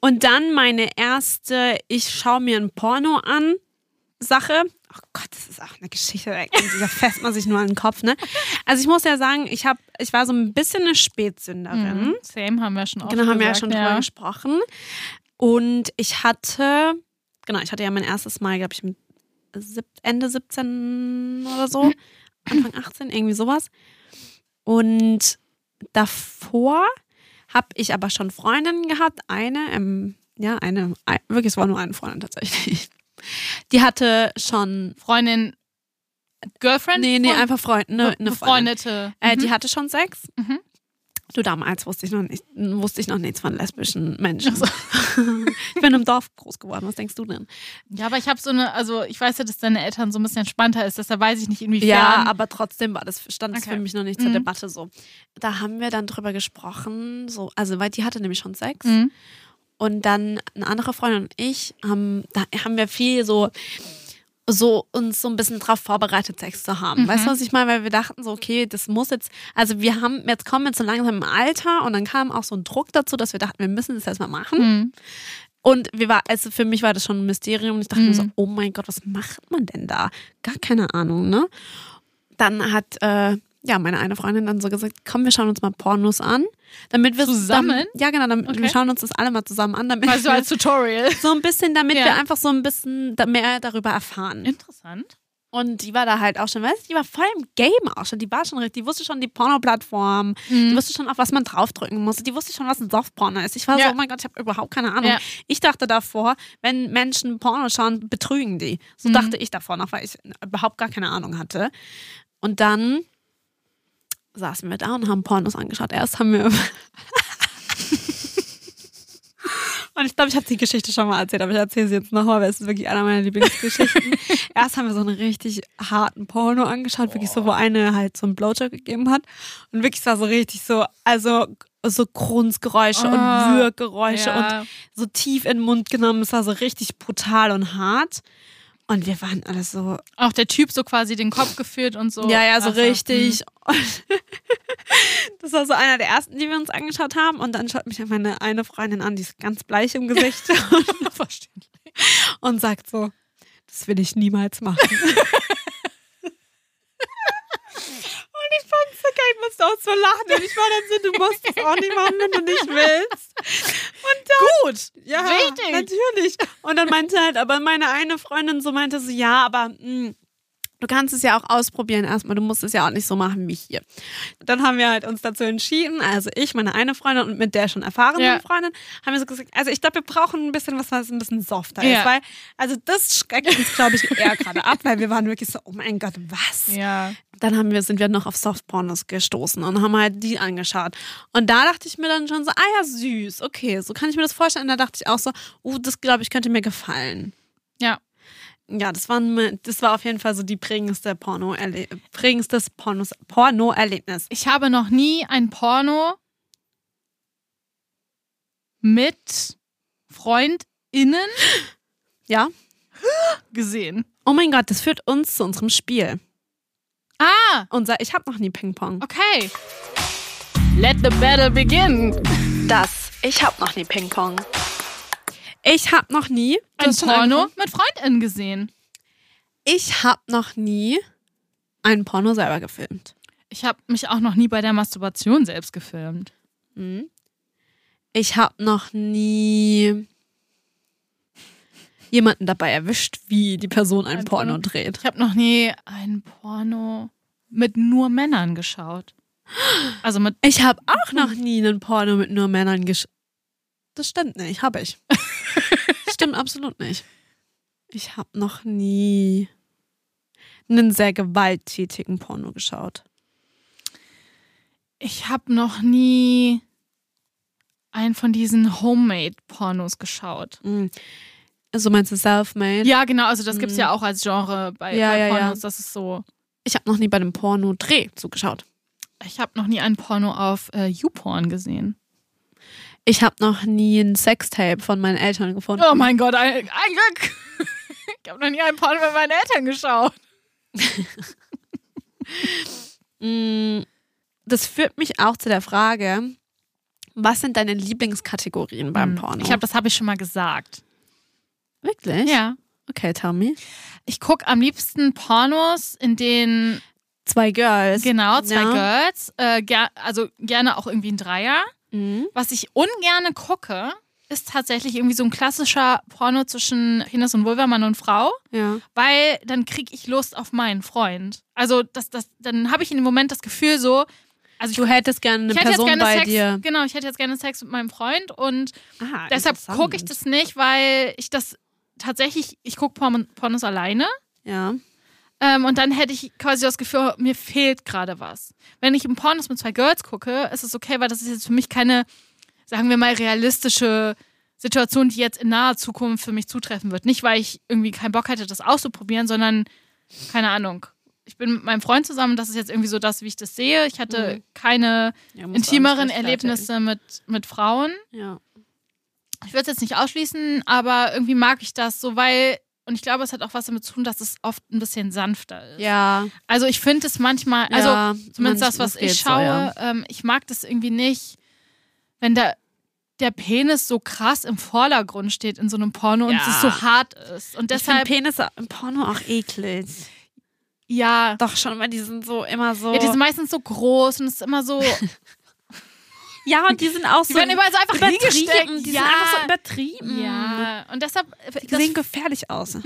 B: Und dann meine erste, ich schaue mir ein Porno an, Sache. Oh Gott, das ist auch eine Geschichte, da da fässt man sich nur an den Kopf, ne? Also ich muss ja sagen, ich, hab, ich war so ein bisschen eine Spätsünderin.
A: Mhm. Same haben wir schon oft
B: Genau, haben wir ja
A: gesagt.
B: schon drüber gesprochen. Und ich hatte, genau, ich hatte ja mein erstes Mal, glaube ich, mit sieb- Ende 17 oder <laughs> so, Anfang 18, irgendwie sowas. Und davor habe ich aber schon Freundinnen gehabt, eine, ähm, ja, eine, ein, wirklich, es war nur eine Freundin tatsächlich. Die hatte schon,
A: Freundin, Girlfriend?
B: nee, nee,
A: Freund-
B: einfach Freund, ne, eine Freundin.
A: befreundete.
B: Äh,
A: Mhm.
B: Die hatte schon Sex.
A: Mhm.
B: Du, damals wusste ich noch nicht, wusste ich noch nichts von lesbischen Menschen. <laughs> ich bin im Dorf groß geworden. Was denkst du denn?
A: ja, aber ich habe so eine, also ich weiß ja, dass deine Eltern so ein bisschen entspannter ist, deshalb weiß ich nicht inwiefern.
B: Ja, aber trotzdem war das, stand das
A: Okay.
B: für mich noch nicht zur
A: Mhm.
B: Debatte so. Da haben wir dann drüber gesprochen, so, also weil die hatte nämlich schon Sex.
A: Mhm.
B: Und dann eine andere Freundin und ich haben, da haben wir viel so, so uns so ein bisschen drauf vorbereitet, Sex zu haben. Weißt du,
A: Mhm.
B: was ich meine? Weil wir dachten so, okay, das muss jetzt, also wir haben, jetzt kommen wir so langsam im Alter und dann kam auch so ein Druck dazu, dass wir dachten, wir müssen das erstmal machen.
A: Mhm.
B: Und wir war, also für mich war das schon ein Mysterium. Ich dachte mir so,
A: Mhm.
B: oh mein Gott, was macht man denn da? Gar keine Ahnung, ne? Dann hat äh, ja meine eine Freundin dann so gesagt, komm, wir schauen uns mal Pornos an, damit wir
A: Zusammen?
B: Dann, ja, genau, damit
A: Okay.
B: wir schauen uns das alle mal zusammen an, damit
A: Mal so
B: wir-
A: Also als Tutorial.
B: so ein bisschen, damit
A: Ja.
B: wir einfach so ein bisschen da- mehr darüber erfahren.
A: Interessant.
B: Und die war da halt auch schon, weißt du, die war voll im Game auch schon. Die war schon richtig, die wusste schon die Porno-Plattform,
A: Mhm.
B: die wusste schon, auf was man draufdrücken musste, die wusste schon, was ein Softporno ist. Ich war
A: Ja.
B: so, oh mein Gott, ich habe überhaupt keine Ahnung.
A: Ja.
B: Ich dachte davor, wenn Menschen Porno schauen, betrügen die. So
A: Mhm.
B: dachte ich davor noch, weil ich überhaupt gar keine Ahnung hatte. Und dann saßen wir da und haben Pornos angeschaut. Erst haben wir. <laughs> Und ich glaube, ich habe die Geschichte schon mal erzählt, aber ich erzähle sie jetzt nochmal, weil es ist wirklich einer meiner Lieblingsgeschichten.
A: <laughs>
B: Erst haben wir so einen richtig harten Porno angeschaut, wirklich so, wo eine halt so einen Blowjob gegeben hat. Und wirklich, es war so richtig so, also so Grunzgeräusche
A: Ah,
B: und Würggeräusche und
A: ja.
B: so tief in den Mund genommen. Es war so richtig brutal und hart. Und wir waren alle so,
A: Auch der Typ so quasi den Kopf geführt und so.
B: ja, ja, so
A: Also, <laughs>
B: richtig. Und <laughs> das war so einer der ersten, die wir uns angeschaut haben. Und dann schaut mich meine eine Freundin an, die ist ganz bleich im Gesicht
A: mh. Verständlich.
B: und sagt so, das will ich niemals machen. <laughs> und ich fand's so geil, ich musste auch so lachen. Und ich war dann so, du musst es auch nicht machen, wenn du nicht willst.
A: Gut.
B: Ja,
A: Wichtig.
B: natürlich. Und dann meinte halt, aber meine eine Freundin so meinte so, ja, aber mh, du kannst es ja auch ausprobieren erstmal. Du musst es ja auch nicht so machen wie hier. Dann haben wir halt uns dazu entschieden, also ich, meine eine Freundin und mit der schon erfahrenen
A: Ja.
B: Freundin, haben wir so gesagt, also ich glaube, wir brauchen ein bisschen was, was ein bisschen softer
A: Ja.
B: ist, weil, also das schreckt uns, glaube ich, eher gerade ab, weil wir waren wirklich so, oh mein Gott, was?
A: Ja.
B: dann haben wir, sind wir noch auf Softpornos gestoßen und haben halt die angeschaut. Und da dachte ich mir dann schon so, ah ja, süß, okay, so kann ich mir das vorstellen. Und da dachte ich auch so, uh, das glaube ich könnte mir gefallen.
A: Ja.
B: Ja, das, waren, me- das war auf jeden Fall so die prägendste Porno prägendstes Pornos Porno-Erlebnis.
A: Ich habe noch nie ein Porno mit FreundInnen
B: Ja?
A: gesehen.
B: Oh mein Gott, das führt uns zu unserem Spiel.
A: Ah,
B: Unser, ich habe noch nie Ping-Pong.
A: okay. Let the battle begin.
B: Das. Ich habe noch nie Ping-Pong. Ich habe noch nie. Du
A: Ein
B: hast schon angefangen?
A: Porno mit FreundInnen gesehen.
B: Ich habe noch nie einen Porno selber gefilmt.
A: Ich habe mich auch noch nie bei der Masturbation selbst gefilmt.
B: Hm. Ich habe noch nie jemanden dabei erwischt, wie die Person einen
A: Ein
B: Porno,
A: Porno.
B: dreht.
A: Ich habe noch nie ein Porno mit nur Männern geschaut. Also mit
B: Ich habe auch noch nie einen Porno mit nur Männern gesch... Das stimmt nicht, habe <laughs> ich. stimmt absolut nicht. Ich habe noch nie einen sehr gewalttätigen Porno geschaut.
A: Ich habe noch nie einen von diesen Homemade-Pornos geschaut.
B: Hm. So meinst du Selfmade?
A: Ja, genau, also das gibt's
B: Mhm.
A: ja auch als Genre bei,
B: Ja,
A: bei
B: ja, ja.
A: Pornos. Das ist so.
B: Ich habe noch nie bei einem Porno-Dreh zugeschaut.
A: Ich habe noch nie einen Porno auf äh, YouPorn gesehen.
B: Ich habe noch nie ein Sextape von meinen Eltern gefunden.
A: Oh mein Gott, ein, ein Glück! <laughs> ich habe noch nie einen Porno bei meinen Eltern geschaut.
B: Mm, Das führt mich auch zu der Frage, was sind deine Lieblingskategorien beim
A: Hm.
B: Porno?
A: Ich glaube, das habe ich schon mal gesagt.
B: wirklich.
A: Ja.
B: Okay, tell me.
A: Ich gucke am liebsten Pornos, in denen
B: Zwei Girls.
A: genau zwei
B: Ja.
A: Girls, äh, ger also gerne auch irgendwie ein Dreier.
B: Mhm.
A: Was ich ungerne gucke, ist tatsächlich irgendwie so ein klassischer Porno zwischen Penis und Vulva, Mann und Frau,
B: Ja.
A: weil dann kriege ich Lust auf meinen Freund. Also das, das, dann habe ich in dem Moment das Gefühl so, also ich,
B: Du hättest gerne eine
A: ich hätte jetzt
B: Person
A: gerne
B: bei
A: Sex,
B: dir.
A: genau, ich hätte jetzt gerne Sex mit meinem Freund und
B: Aha,
A: deshalb
B: interessant.
A: gucke ich das nicht, weil ich das tatsächlich, ich gucke Porn, Pornos alleine.
B: Ja.
A: Ähm, und dann hätte ich quasi das Gefühl, oh, mir fehlt gerade was. Wenn ich im Pornos mit zwei Girls gucke, ist es okay, weil das ist jetzt für mich keine, sagen wir mal, realistische Situation, die jetzt in naher Zukunft für mich zutreffen wird. Nicht, weil ich irgendwie keinen Bock hatte, das auszuprobieren, sondern keine Ahnung. Ich bin mit meinem Freund zusammen, das ist jetzt irgendwie so das, wie ich das sehe. Ich hatte
B: Mhm.
A: keine
B: Ja, muss alles
A: intimeren
B: rechtfertigen.
A: Erlebnisse mit, mit Frauen
B: Ja.
A: ich würde es jetzt nicht ausschließen, aber irgendwie mag ich das so, weil, und ich glaube, es hat auch was damit zu tun, dass es oft ein bisschen sanfter ist.
B: Ja.
A: Also ich finde es manchmal, also
B: ja,
A: zumindest
B: manch-
A: das, was
B: geht
A: ich
B: so,
A: schaue,
B: ja.
A: ähm, ich mag das irgendwie nicht, wenn der, der Penis so krass im Vordergrund steht in so einem Porno und
B: Ja.
A: es so hart ist. Und
B: Deshalb
A: deshalb,
B: Penis im Porno auch eklig.
A: ja,
B: Doch schon, weil die sind so immer so.
A: ja, die sind meistens so groß und es ist
B: <laughs>
A: immer so,
B: Ja, und die sind auch
A: die
B: so.
A: werden überall so einfach
B: übertrieben. Mhm.
A: hingesteckt.
B: Die
A: ja.
B: sind einfach so übertrieben.
A: ja, und deshalb
B: Die
A: das
B: sehen gefährlich aus.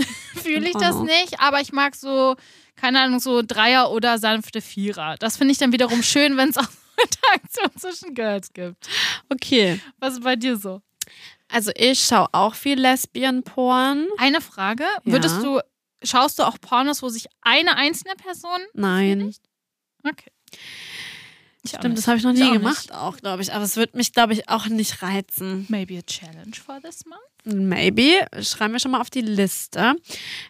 A: fühle ich
B: Im
A: das
B: Porno.
A: nicht, aber ich mag so, keine Ahnung, so Dreier oder sanfte Vierer. Das finde ich dann wiederum schön, wenn es auch <laughs> Interaktion zwischen Girls gibt.
B: <laughs> Okay.
A: Was ist bei dir so?
B: Also ich schaue auch viel Lesbian-Porn.
A: Eine Frage. Würdest du, schaust du auch Pornos, wo sich eine einzelne Person.
B: Nein.
A: Okay. Ich auch
B: Stimmt,
A: nicht.
B: das habe ich noch nie
A: Ich auch
B: gemacht, auch, glaube ich. Aber es wird mich, glaube ich, auch nicht reizen.
A: Maybe a challenge for this month?
B: Maybe. Schreiben wir schon mal auf die Liste.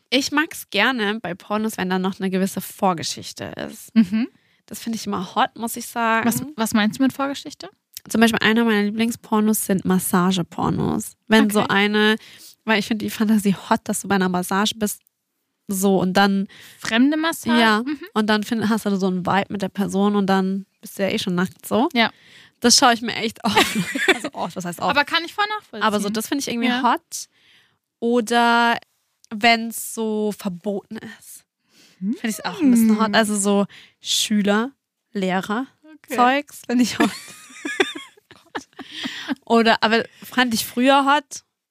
B: Ich mag es gerne bei Pornos, wenn da noch eine gewisse Vorgeschichte ist.
A: Mhm.
B: Das finde ich immer hot, muss ich sagen.
A: Was, was meinst du mit Vorgeschichte?
B: Zum Beispiel einer meiner Lieblingspornos sind Massagepornos. Wenn
A: Okay.
B: so eine, weil ich finde die Fantasie hot, dass du bei einer Massage bist. So, und dann
A: Fremde Massage?
B: Ja.
A: Mhm.
B: Und dann find, hast du so einen Vibe mit der Person und dann bist du ja eh schon nackt so.
A: Ja.
B: Das schaue ich mir echt
A: <laughs>
B: oft. Also oft, was heißt oft? Aber,
A: Aber kann ich voll nachvollziehen.
B: so, das finde ich irgendwie
A: Ja.
B: hot. Oder wenn es so verboten ist.
A: Hm.
B: Finde ich es auch ein bisschen hot. Also so Schüler, Lehrer,
A: Okay.
B: Zeugs, finde ich hot. <laughs> Oder, aber fand ich früher hot.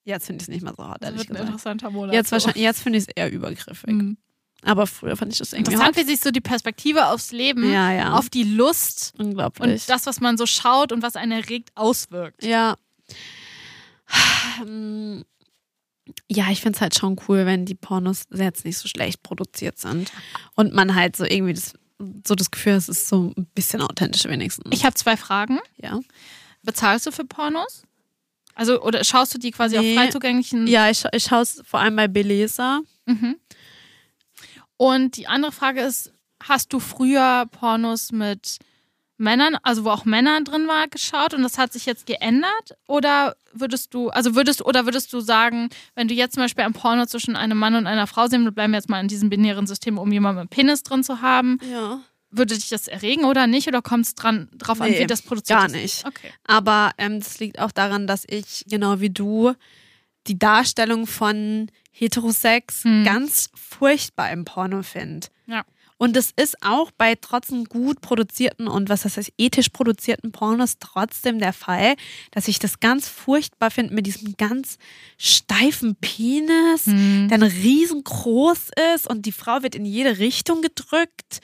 B: Jetzt finde ich es nicht mehr so hot,
A: Das
B: ehrlich
A: wird ein
B: gesagt.
A: interessanter Monat.
B: Jetzt,
A: so.
B: wahrscheinlich, jetzt finde ich es eher übergriffig.
A: Mhm.
B: Aber früher fand ich das irgendwie
A: Interessant,
B: hot.
A: wie sich so die Perspektive aufs Leben,
B: Ja, ja.
A: auf die Lust und
B: Unglaublich.
A: das, was man so schaut und was einen erregt, auswirkt.
B: Ja. <sighs> Ähm, Ja, ich finde es halt schon cool, wenn die Pornos jetzt nicht so schlecht produziert sind. Und man halt so irgendwie das, so das Gefühl hat, es ist so ein bisschen authentisch wenigstens.
A: Ich habe zwei Fragen.
B: ja.
A: Bezahlst du für Pornos? Also, oder schaust du die quasi
B: Nee.
A: auf frei zugänglichen?
B: ja, ich, scha- ich schaue es vor allem bei Belesa.
A: Mhm. Und die andere Frage ist, hast du früher Pornos mit Männern, also wo auch Männer drin war, geschaut und das hat sich jetzt geändert? Oder würdest du, also würdest oder würdest du sagen, wenn du jetzt zum Beispiel ein Porno zwischen einem Mann und einer Frau sehen, wir bleiben jetzt mal in diesem binären System, um jemanden mit Penis drin zu haben,
B: Ja.
A: würde dich das erregen oder nicht? Oder kommt es dran drauf an,
B: Nee,
A: wie das produziert
B: Gar
A: ist?
B: nicht.
A: Okay.
B: Aber ähm, das liegt auch daran, dass ich, genau wie du, die Darstellung von Heterosex
A: Hm.
B: ganz furchtbar im Porno finde.
A: Ja.
B: Und es ist auch bei trotzdem gut produzierten und was das heißt, ethisch produzierten Pornos trotzdem der Fall, dass ich das ganz furchtbar finde mit diesem ganz steifen Penis,
A: Hm.
B: der dann riesengroß ist und die Frau wird in jede Richtung gedrückt.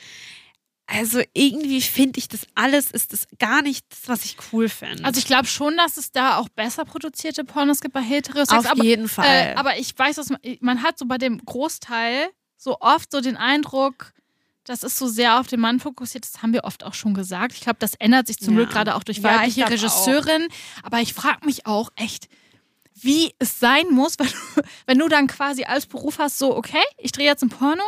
B: Also irgendwie finde ich das alles, ist das gar nicht das, was ich cool finde.
A: Also ich glaube schon, dass es da auch besser produzierte Pornos gibt bei Heterosex.
B: Auf
A: aber,
B: jeden Fall.
A: Äh, aber ich weiß, dass man, man hat so bei dem Großteil so oft so den Eindruck, das ist so sehr auf den Mann fokussiert. Das haben wir oft auch schon gesagt. Ich glaube, das ändert sich zum
B: Ja.
A: Glück gerade auch durch
B: Ja, ich
A: weibliche
B: glaub auch.
A: Regisseurinnen. Aber ich frage mich auch echt, wie es sein muss, <laughs> wenn du, wenn du dann quasi als Beruf hast, so, okay, ich drehe jetzt ein Porno.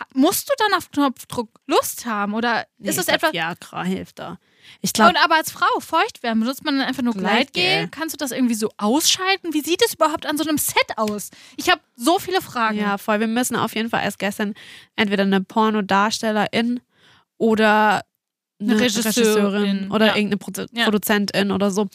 A: Ha- Musst du dann auf Knopfdruck Lust haben? Oder
B: Nee,
A: ist
B: ich
A: es
B: glaub,
A: etwas,
B: Viagra hilft da. Ich glaube,
A: und aber als Frau feucht werden, benutzt man dann einfach nur
B: Gleitgel?
A: Gleitgel? Kannst du das irgendwie so ausschalten? Wie sieht es überhaupt an so einem Set aus? Ich habe so viele Fragen.
B: ja, voll. Wir müssen auf jeden Fall erst gestern entweder eine Pornodarstellerin oder eine,
A: Eine
B: Regisseurin,
A: Regisseurin,
B: oder
A: ja.
B: irgendeine Produ
A: Ja.
B: Produzentin oder so.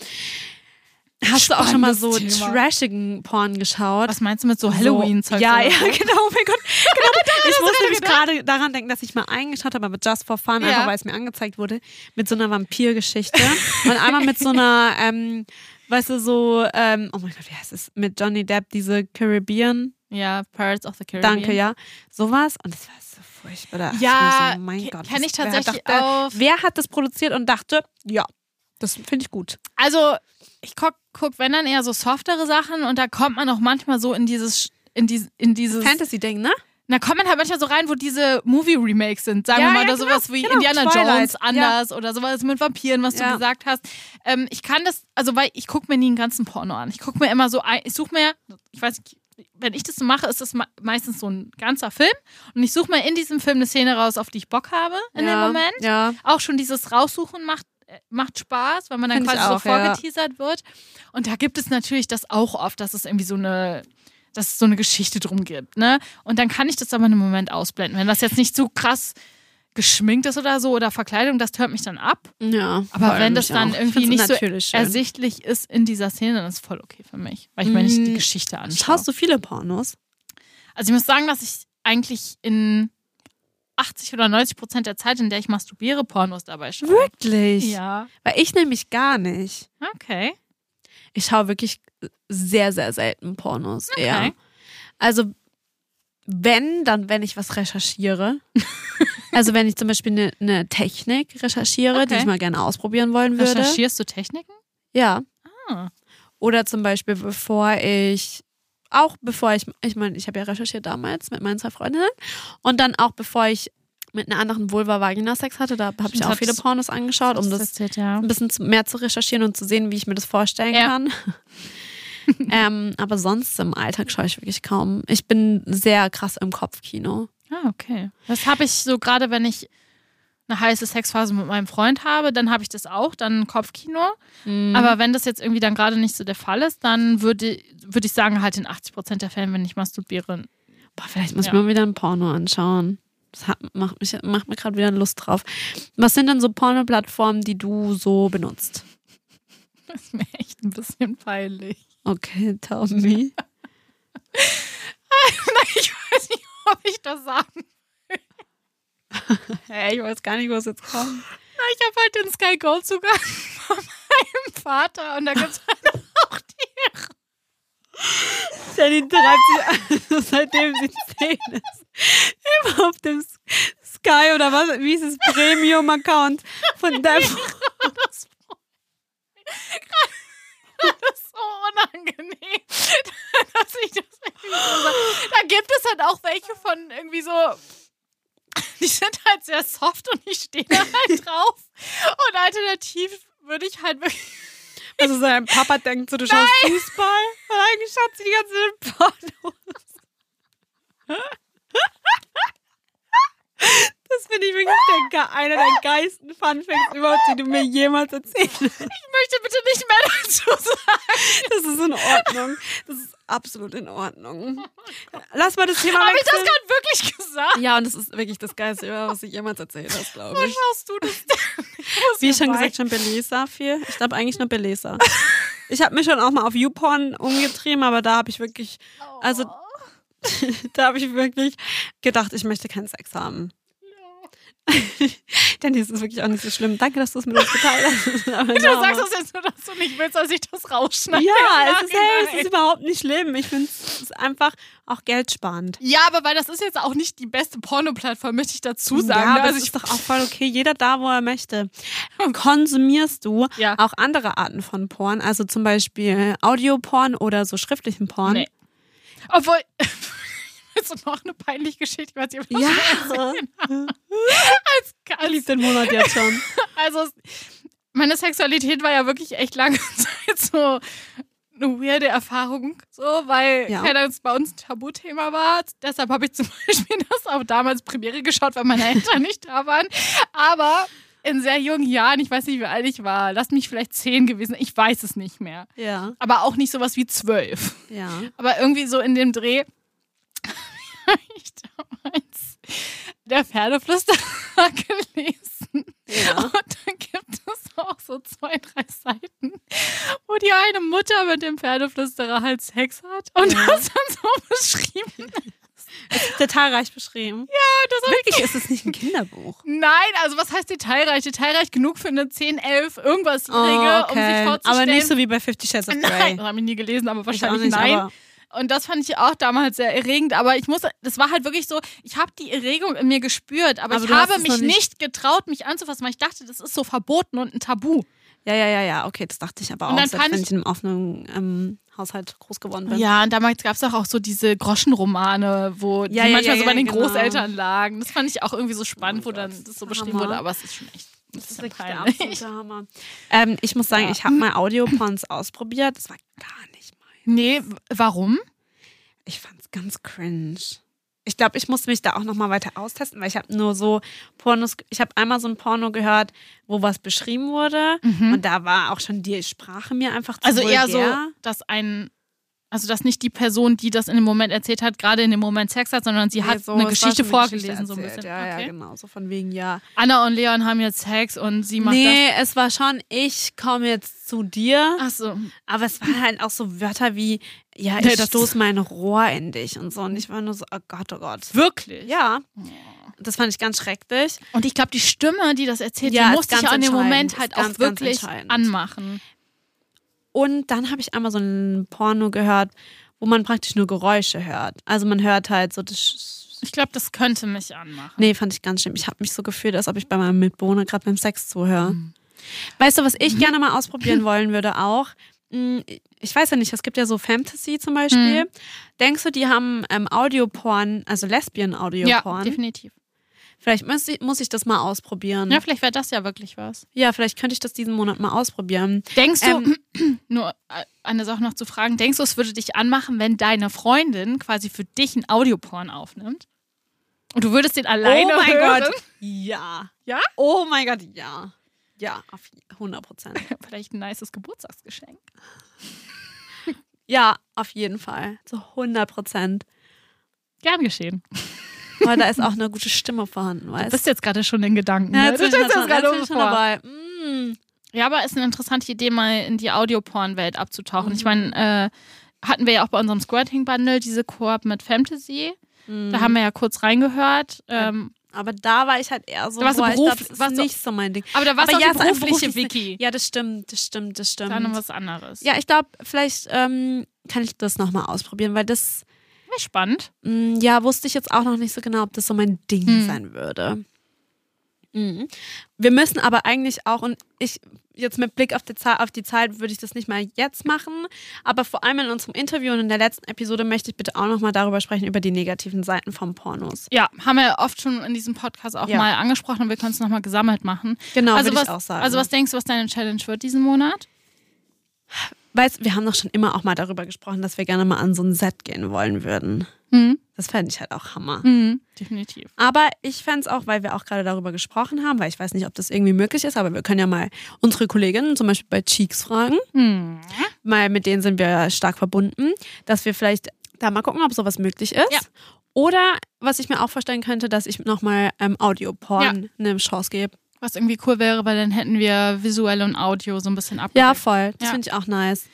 B: Hast du auch schon mal so
A: Spannendes Thema.
B: trashigen Porn geschaut?
A: Was meinst du mit so Halloween-Zeug?
B: Ja,
A: oder
B: ja,
A: so? <laughs>
B: genau, oh mein Gott. Genau, <laughs> ich musste
A: gerade
B: nämlich gerade daran denken, dass ich mal eingeschaut habe, aber just for fun,
A: Ja.
B: einfach weil es mir angezeigt wurde, mit so einer Vampirgeschichte. Und einmal mit so
A: <laughs>
B: einer, ähm, weißt du, so, ähm, oh mein Gott, wie heißt es? Mit Johnny Depp, diese Caribbean.
A: Ja, Pirates of the Caribbean.
B: Danke, ja. Sowas. Und das war so furchtbar. Da dachte
A: Ja,
B: ich mir so, mein
A: ke-
B: Gott.
A: kenn
B: das-
A: ich tatsächlich
B: wer hat,
A: auch.
B: dachte, wer hat das produziert und dachte, ja, das finde ich gut.
A: Also, ich guck, guck, wenn dann eher so softere Sachen und da kommt man auch manchmal so in dieses. In, dies, in dieses.
B: Fantasy-Ding, ne?
A: Na, kommt man halt manchmal so rein, wo diese Movie-Remakes sind. Sagen
B: Ja,
A: wir mal,
B: ja,
A: oder
B: genau,
A: sowas wie
B: genau,
A: Indiana
B: Twilight,
A: Jones
B: ja.
A: anders oder sowas mit Vampiren, was du
B: Ja.
A: gesagt hast. Ähm, ich kann das, also, weil ich gucke mir nie einen ganzen Porno an. Ich gucke mir immer so, ein, ich suche mir, ich weiß nicht, wenn ich das so mache, ist das me- meistens so ein ganzer Film. Und ich suche mir in diesem Film eine Szene raus, auf die ich Bock habe in
B: ja,
A: dem Moment.
B: Ja.
A: Auch schon dieses Raussuchen macht, äh, macht Spaß, weil man dann
B: Find ich
A: quasi so
B: auch, ja.
A: vorgeteasert wird. Und da gibt es natürlich das auch oft, dass es irgendwie so eine dass es so eine Geschichte drum gibt, ne? Und dann kann ich das aber einen Moment ausblenden. Wenn das jetzt nicht so krass geschminkt ist oder so oder Verkleidung, das hört mich dann ab.
B: Ja.
A: Aber
B: voll,
A: wenn das
B: mich
A: dann
B: auch. Ich
A: irgendwie
B: find's
A: nicht so
B: natürlich schön.
A: ersichtlich ist in dieser Szene, dann ist voll okay für mich, weil ich mir nicht die
B: Mm.
A: Geschichte anschaue.
B: Schaust du viele Pornos?
A: Also ich muss sagen, dass ich eigentlich in 80 oder 90 Prozent der Zeit, in der ich masturbiere, Pornos dabei schaue.
B: Wirklich?
A: Ja.
B: Weil ich nämlich gar nicht.
A: Okay.
B: Ich schaue wirklich sehr, sehr selten Pornos. Okay. Eher. Also wenn, dann wenn ich was
A: <laughs>
B: recherchiere. also wenn ich zum Beispiel eine ne Technik recherchiere, die
A: Okay.
B: ich mal gerne ausprobieren wollen würde.
A: Recherchierst du Techniken?
B: Ja.
A: Ah.
B: Oder zum Beispiel, bevor ich, auch bevor ich, ich meine, ich habe ja recherchiert damals mit meinen zwei Freundinnen. Und dann auch bevor ich mit einer anderen Vulva-Vagina-Sex hatte, da habe ich
A: Stimmt,
B: auch viele
A: hab's-
B: Pornos angeschaut, um das
A: erzählt, ja.
B: ein bisschen zu- mehr zu recherchieren und zu sehen, wie ich mir das vorstellen <laughs>
A: Ja.
B: kann. ähm, aber sonst im Alltag schaue ich wirklich kaum. Ich bin sehr krass im Kopfkino.
A: Ah, okay. Das habe ich so gerade, wenn ich eine heiße Sexphase mit meinem Freund habe, dann habe ich das auch, dann Kopfkino.
B: Mhm.
A: Aber wenn das jetzt irgendwie dann gerade nicht so der Fall ist, dann würde würde ich sagen, halt in 80% der Fällen, wenn ich masturbiere.
B: Boah, vielleicht muss
A: Ja.
B: ich mir wieder ein Porno anschauen. Das hat, macht, mich, macht mir gerade wieder Lust drauf. Was sind denn so Porno-Plattformen, die du so benutzt?
A: Das ist mir echt ein bisschen peinlich. <laughs>
B: Okay, <laughs> Tommy.
A: Nein, ich weiß nicht, ob ich das sagen will.
B: Hey, ich weiß gar nicht, was jetzt kommt. <laughs>
A: Ich habe halt den Sky Gold Zugang <laughs> von meinem Vater und da gibt es halt <laughs> auch die.
B: Jenny treibt sich an, <laughs> seitdem sie zehn ist. Immer auf dem S- Sky oder was? Wie ist es? Premium-Account von <laughs> deinem.
A: Das, das ist so unangenehm, <laughs> dass ich das irgendwie so sage. Da gibt es halt auch welche von irgendwie so. Die sind halt sehr soft und ich stehe
B: <laughs>
A: da halt drauf. Und alternativ würde ich halt wirklich.
B: Also sein Papa denkt so, du schaust Fußball. Und eigentlich schaut sie die ganze Zeit Pornos. Das finde ich wirklich der, ge- einer der geilsten Funfacts überhaupt, die du mir jemals erzählt hast.
A: möchte bitte nicht mehr dazu sagen.
B: Das ist in Ordnung. Das ist absolut in Ordnung. Lass mal das Thema
A: Habe ich das
B: wechseln.
A: gerade wirklich gesagt?
B: Ja, und das ist wirklich das Geilste, was du jemals erzählt hast, glaube
A: Was
B: ich.
A: hast du das denn?
B: Wie
A: mir
B: schon
A: leid.
B: gesagt, schon Belesa viel. Ich glaube eigentlich nur Belesa. Ich habe mich schon auch mal auf YouPorn umgetrieben, aber da habe ich wirklich, Also- <laughs> da habe ich wirklich gedacht, ich möchte keinen Sex haben. <laughs> Denn es ist wirklich auch nicht so schlimm. Danke, dass du es mit uns geteilt hast. <laughs> Aber
A: Du
B: no.
A: sagst das jetzt nur, dass du nicht willst, dass ich das <laughs> rausschneide.
B: Ja, es ist, hey, es
A: Nein.
B: ist überhaupt nicht schlimm. Ich finde es ist einfach auch geldsparend.
A: ja, aber weil das ist jetzt auch nicht die beste Porno-Plattform, möchte ich dazu sagen.
B: ja,
A: ne?
B: aber
A: also
B: es
A: ich, Hm.
B: ist doch auch voll okay. Jeder da, wo er möchte. Konsumierst du
A: Ja.
B: auch andere Arten von Porn? Also zum Beispiel Audioporn oder so schriftlichen Porn?
A: Nee. Obwohl, <laughs> jetzt noch eine peinliche Geschichte, ich weiß nicht, ob ich das
B: Ja.
A: <laughs>
B: <laughs>
A: kann.
B: Ich liebe den Monat jetzt schon.
A: Also, es- meine Sexualität war ja wirklich echt lange <laughs> Zeit so eine weirde Erfahrung, so, weil
B: Ja.
A: keiner es bei uns ein Tabuthema war. Deshalb habe ich zum <laughs> Beispiel das auch damals Premiere geschaut, weil meine Eltern nicht da waren. Aber in sehr jungen Jahren, ich weiß nicht, wie alt ich war, lass mich vielleicht zehn gewesen, ich weiß es nicht mehr.
B: Ja,
A: Aber auch nicht sowas wie zwölf.
B: ja.
A: Aber irgendwie so in dem Dreh <laughs> habe ich damals der Pferdeflüsterer <laughs> gelesen.
B: ja.
A: Und dann gibt es auch so zwei, drei Seiten, wo die eine Mutter mit dem Pferdeflüsterer halt Sex hat. Und das dann so <laughs> beschrieben.
B: Detailreich beschrieben. Ja,
A: das hab
B: Wirklich ist es nicht ein Kinderbuch.
A: Nein, also was heißt detailreich? Detailreich genug für eine 10, 11, irgendwas
B: Oh,
A: Jährige, um sich vorzustellen.
B: aber nicht so wie bei Fifty Shades of Grey.
A: Nein, das habe ich nie gelesen, aber
B: Ich auch
A: wahrscheinlich
B: nicht,
A: nein.
B: aber-
A: Und das fand ich auch damals sehr erregend. Aber ich muss, das war halt wirklich so, ich habe die Erregung in mir gespürt, aber,
B: Aber
A: ich
B: du hast
A: habe
B: es
A: mich
B: noch nicht-
A: nicht getraut, mich anzufassen, weil ich dachte, das ist so verboten und ein Tabu.
B: Ja, ja, ja, ja. Okay, das dachte ich aber
A: Und
B: auch,
A: dann
B: selbst
A: kann
B: wenn
A: ich-
B: ich in einem offenen ähm, Haushalt groß geworden bin.
A: Ja, und damals gab es auch, auch so diese Groschenromane, wo die
B: Ja, ja,
A: manchmal
B: ja,
A: so bei
B: ja,
A: den
B: genau.
A: Großeltern lagen. Das fand ich auch irgendwie so spannend,
B: Oh
A: wo
B: mein
A: dann
B: Gott,
A: das so
B: Hammer.
A: beschrieben wurde, aber es ist schon echt. ein
B: Das ist
A: bisschen
B: wirklich der
A: peinlich.
B: absolute Hammer. Ähm, ich muss sagen, ich habe mal Audiopons ausprobiert. Das war gar nicht mein.
A: Nee, w- warum?
B: Ich fand's ganz cringe. Ich glaube, ich muss mich da auch nochmal weiter austesten, weil ich habe nur so Pornos. Ich habe einmal so ein Porno gehört, wo was beschrieben wurde. Und da war auch schon die Sprache mir einfach zu
A: Mhm. Also eher so,
B: vulgär.
A: dass ein. Also, dass nicht die Person, die das in dem Moment erzählt hat, gerade in dem Moment Sex hat, sondern sie hat
B: Nee, so, Also es
A: eine
B: war
A: Geschichte
B: schon eine
A: vorgelesen, so ein
B: erzählt.
A: bisschen.
B: Ja, ja,
A: Okay.
B: genau. So von wegen, ja.
A: Anna und Leon haben jetzt Sex und sie macht
B: Nee, es war schon, ich komme jetzt zu dir.
A: das. Achso.
B: Aber es waren halt auch so Wörter wie, ja,
A: Nee,
B: ich
A: das-
B: stoß mein Rohr in dich und so. Und ich war nur so, oh Gott, oh Gott.
A: Wirklich? Oh.
B: Ja. Das fand ich ganz schrecklich.
A: Und ich glaube, die Stimme, die das erzählt,
B: Ja,
A: die
B: ist
A: musste ich
B: ganz
A: auch in dem
B: entscheidend,
A: Moment
B: ist
A: halt
B: ganz, ganz
A: auch wirklich
B: entscheidend.
A: anmachen.
B: Und dann habe ich einmal so einen Porno gehört, wo man praktisch nur Geräusche hört. Also man hört halt so das. Sch-
A: Ich glaube, das könnte mich anmachen.
B: Nee, fand ich ganz schlimm. Ich habe mich so gefühlt, als ob ich bei meinem Mitbewohner gerade beim Sex zuhöre.
A: Mhm.
B: Weißt du, was ich gerne mal ausprobieren wollen würde auch? Mm, Ich weiß ja nicht, es gibt ja so Fantasy zum
A: Mhm.
B: Beispiel. Denkst du, die haben ähm, Audioporn, also
A: Ja,
B: Lesbian-Audioporn?
A: definitiv.
B: Vielleicht muss ich, muss ich das mal ausprobieren.
A: Ja,
B: Ja.
A: vielleicht wäre das ja wirklich was.
B: vielleicht könnte ich das diesen Monat mal ausprobieren.
A: Denkst du,
B: Ähm,
A: <clears throat> nur äh, eine Sache noch zu fragen, denkst du, es würde dich anmachen, wenn deine Freundin quasi für dich einen Audioporn aufnimmt? Und du würdest den alleine
B: oh mein
A: hören?
B: Gott. Ja.
A: Ja?
B: Oh mein Gott, ja. Ja, auf 100 Prozent.
A: Vielleicht ein nices Geburtstagsgeschenk.
B: Ja, auf jeden Fall. Zu 100 Prozent.
A: Gern geschehen.
B: Weil da ist auch eine gute Stimme vorhanden,
A: Du
B: weißt
A: bist jetzt gerade schon in Gedanken.
B: Ja,
A: ne?
B: jetzt bin
A: Du
B: ich
A: stellst
B: schon-
A: das gerade
B: jetzt bin ich schon
A: vor.
B: dabei. Mm.
A: Ja, aber ist eine interessante Idee, mal in die Audioporn-Welt abzutauchen. Ich meine, äh, hatten wir ja auch bei unserem Squirting-Bundle diese Koop mit Fantasy. Da haben wir ja kurz reingehört. Ähm,
B: Aber da war ich halt eher so,
A: Da warst du
B: boah, ich
A: beruf-
B: glaub, das
A: warst
B: ist
A: du-
B: nicht so mein Ding.
A: aber da war es
B: Aber
A: auch
B: ja,
A: die
B: es ist ein
A: berufliche
B: berufliches-
A: Wiki.
B: Ja, das stimmt, das stimmt, das stimmt.
A: Dann noch was anderes.
B: ja, ich glaube, vielleicht ähm, kann ich das nochmal ausprobieren, weil das
A: Wäre spannend.
B: Mm, Ja, wusste ich jetzt auch noch nicht so genau, ob das so mein Ding
A: Hm.
B: sein würde. Mhm. Wir müssen aber eigentlich auch, und ich, jetzt mit Blick auf die, Zeit, auf die Zeit würde ich das nicht mal jetzt machen, aber vor allem in unserem Interview und in der letzten Episode möchte ich bitte auch nochmal darüber sprechen, über die negativen Seiten von Pornos.
A: Ja, haben wir oft schon in diesem Podcast auch
B: Ja.
A: mal angesprochen und wir können es nochmal gesammelt machen.
B: Genau,
A: also
B: würde
A: was,
B: ich auch sagen.
A: Also was denkst du, was deine Challenge wird diesen Monat?
B: Weißt wir haben doch schon immer auch mal darüber gesprochen, dass wir gerne mal an so ein Set gehen wollen würden.
A: Mhm.
B: Das fände ich halt auch Hammer.
A: Mhm. Definitiv.
B: Aber ich fände es auch, weil wir auch gerade darüber gesprochen haben, weil ich weiß nicht, ob das irgendwie möglich ist, aber wir können ja mal unsere Kolleginnen zum Beispiel bei Cheeks fragen,
A: Mhm.
B: mal mit denen sind wir ja stark verbunden, dass wir vielleicht da mal gucken, ob sowas möglich ist.
A: Ja.
B: Oder was ich mir auch vorstellen könnte, dass ich nochmal ähm, Audio-Porn eine Chance gebe.
A: Was irgendwie cool wäre, weil dann hätten wir visuell und Audio so ein bisschen ab.
B: Ja, voll. Das
A: Ja.
B: finde ich auch nice.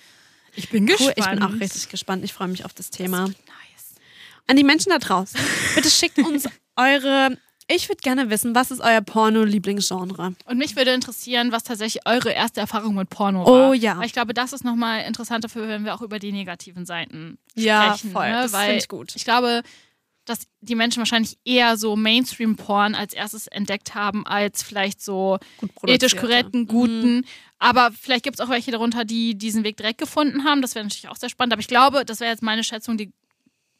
A: ich bin
B: Cool,
A: gespannt.
B: ich bin auch richtig gespannt. Ich freue mich auf das Thema.
A: Nice.
B: An die Menschen da draußen. Bitte schickt uns
A: <laughs>
B: eure. Ich würde gerne wissen, was ist euer Porno-Lieblingsgenre?
A: Und mich würde interessieren, was tatsächlich eure erste Erfahrung mit Porno war.
B: Oh ja.
A: Weil ich glaube, das ist nochmal interessanter für, wenn wir auch über die negativen Seiten
B: Ja,
A: sprechen.
B: voll.
A: Ne?
B: Das
A: Weil
B: finde ich gut.
A: Ich glaube, dass die Menschen wahrscheinlich eher so Mainstream-Porn als erstes entdeckt haben, als vielleicht so
B: Gut produzierte.
A: ethisch
B: Mhm.
A: korrekten, guten. Aber vielleicht gibt es auch welche darunter, die diesen Weg direkt gefunden haben. Das wäre natürlich auch sehr spannend. Aber ich glaube, das wäre jetzt meine Schätzung, die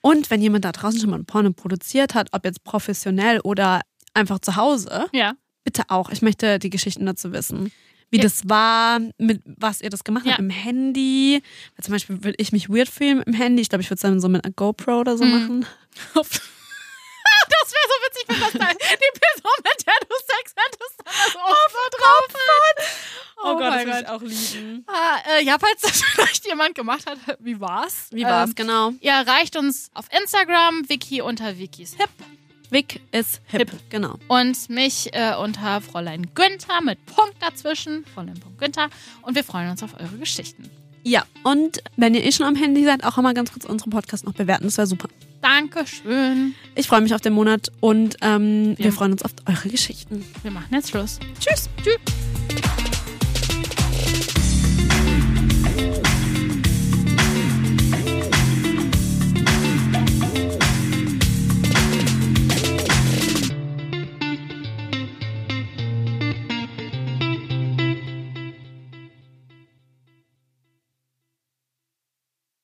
B: Und wenn jemand da draußen schon mal ein Porno produziert hat, ob jetzt professionell oder einfach zu Hause,
A: ja, <laughs>
B: bitte auch. Ich möchte die Geschichten dazu wissen. Wie
A: Ja.
B: das war, mit was ihr das gemacht
A: Ja.
B: habt, im Handy. Weil zum Beispiel würde ich mich weird fühlen im Handy. Ich glaube, ich würde es dann so mit einer GoPro oder so
A: Hm.
B: machen.
A: Das wäre so witzig, wenn das da die Person, mit der du Sex
B: <laughs>
A: hattest, da so Opfer drauf hat. Oh, mein Gott.
B: auch lieben.
A: Ah, äh, ja, falls das <laughs> vielleicht jemand gemacht hat, wie war's?
B: Wie war's,
A: Ähm,
B: genau?
A: Ihr erreicht uns auf Instagram, Vicky unter Vickys Hip
B: Wick ist hip. Genau.
A: und mich äh, unter Fräulein Günther mit Punkt dazwischen, Fräulein Punkt Günther. Und wir freuen uns auf eure Geschichten.
B: Ja, und wenn ihr eh schon am Handy seid, auch immer ganz kurz unseren Podcast noch bewerten. Das wäre super.
A: Dankeschön.
B: Ich freue mich auf den Monat und ähm,
A: Ja.
B: wir freuen uns auf eure Geschichten.
A: Wir machen jetzt Schluss. Tschüss. Tschüss.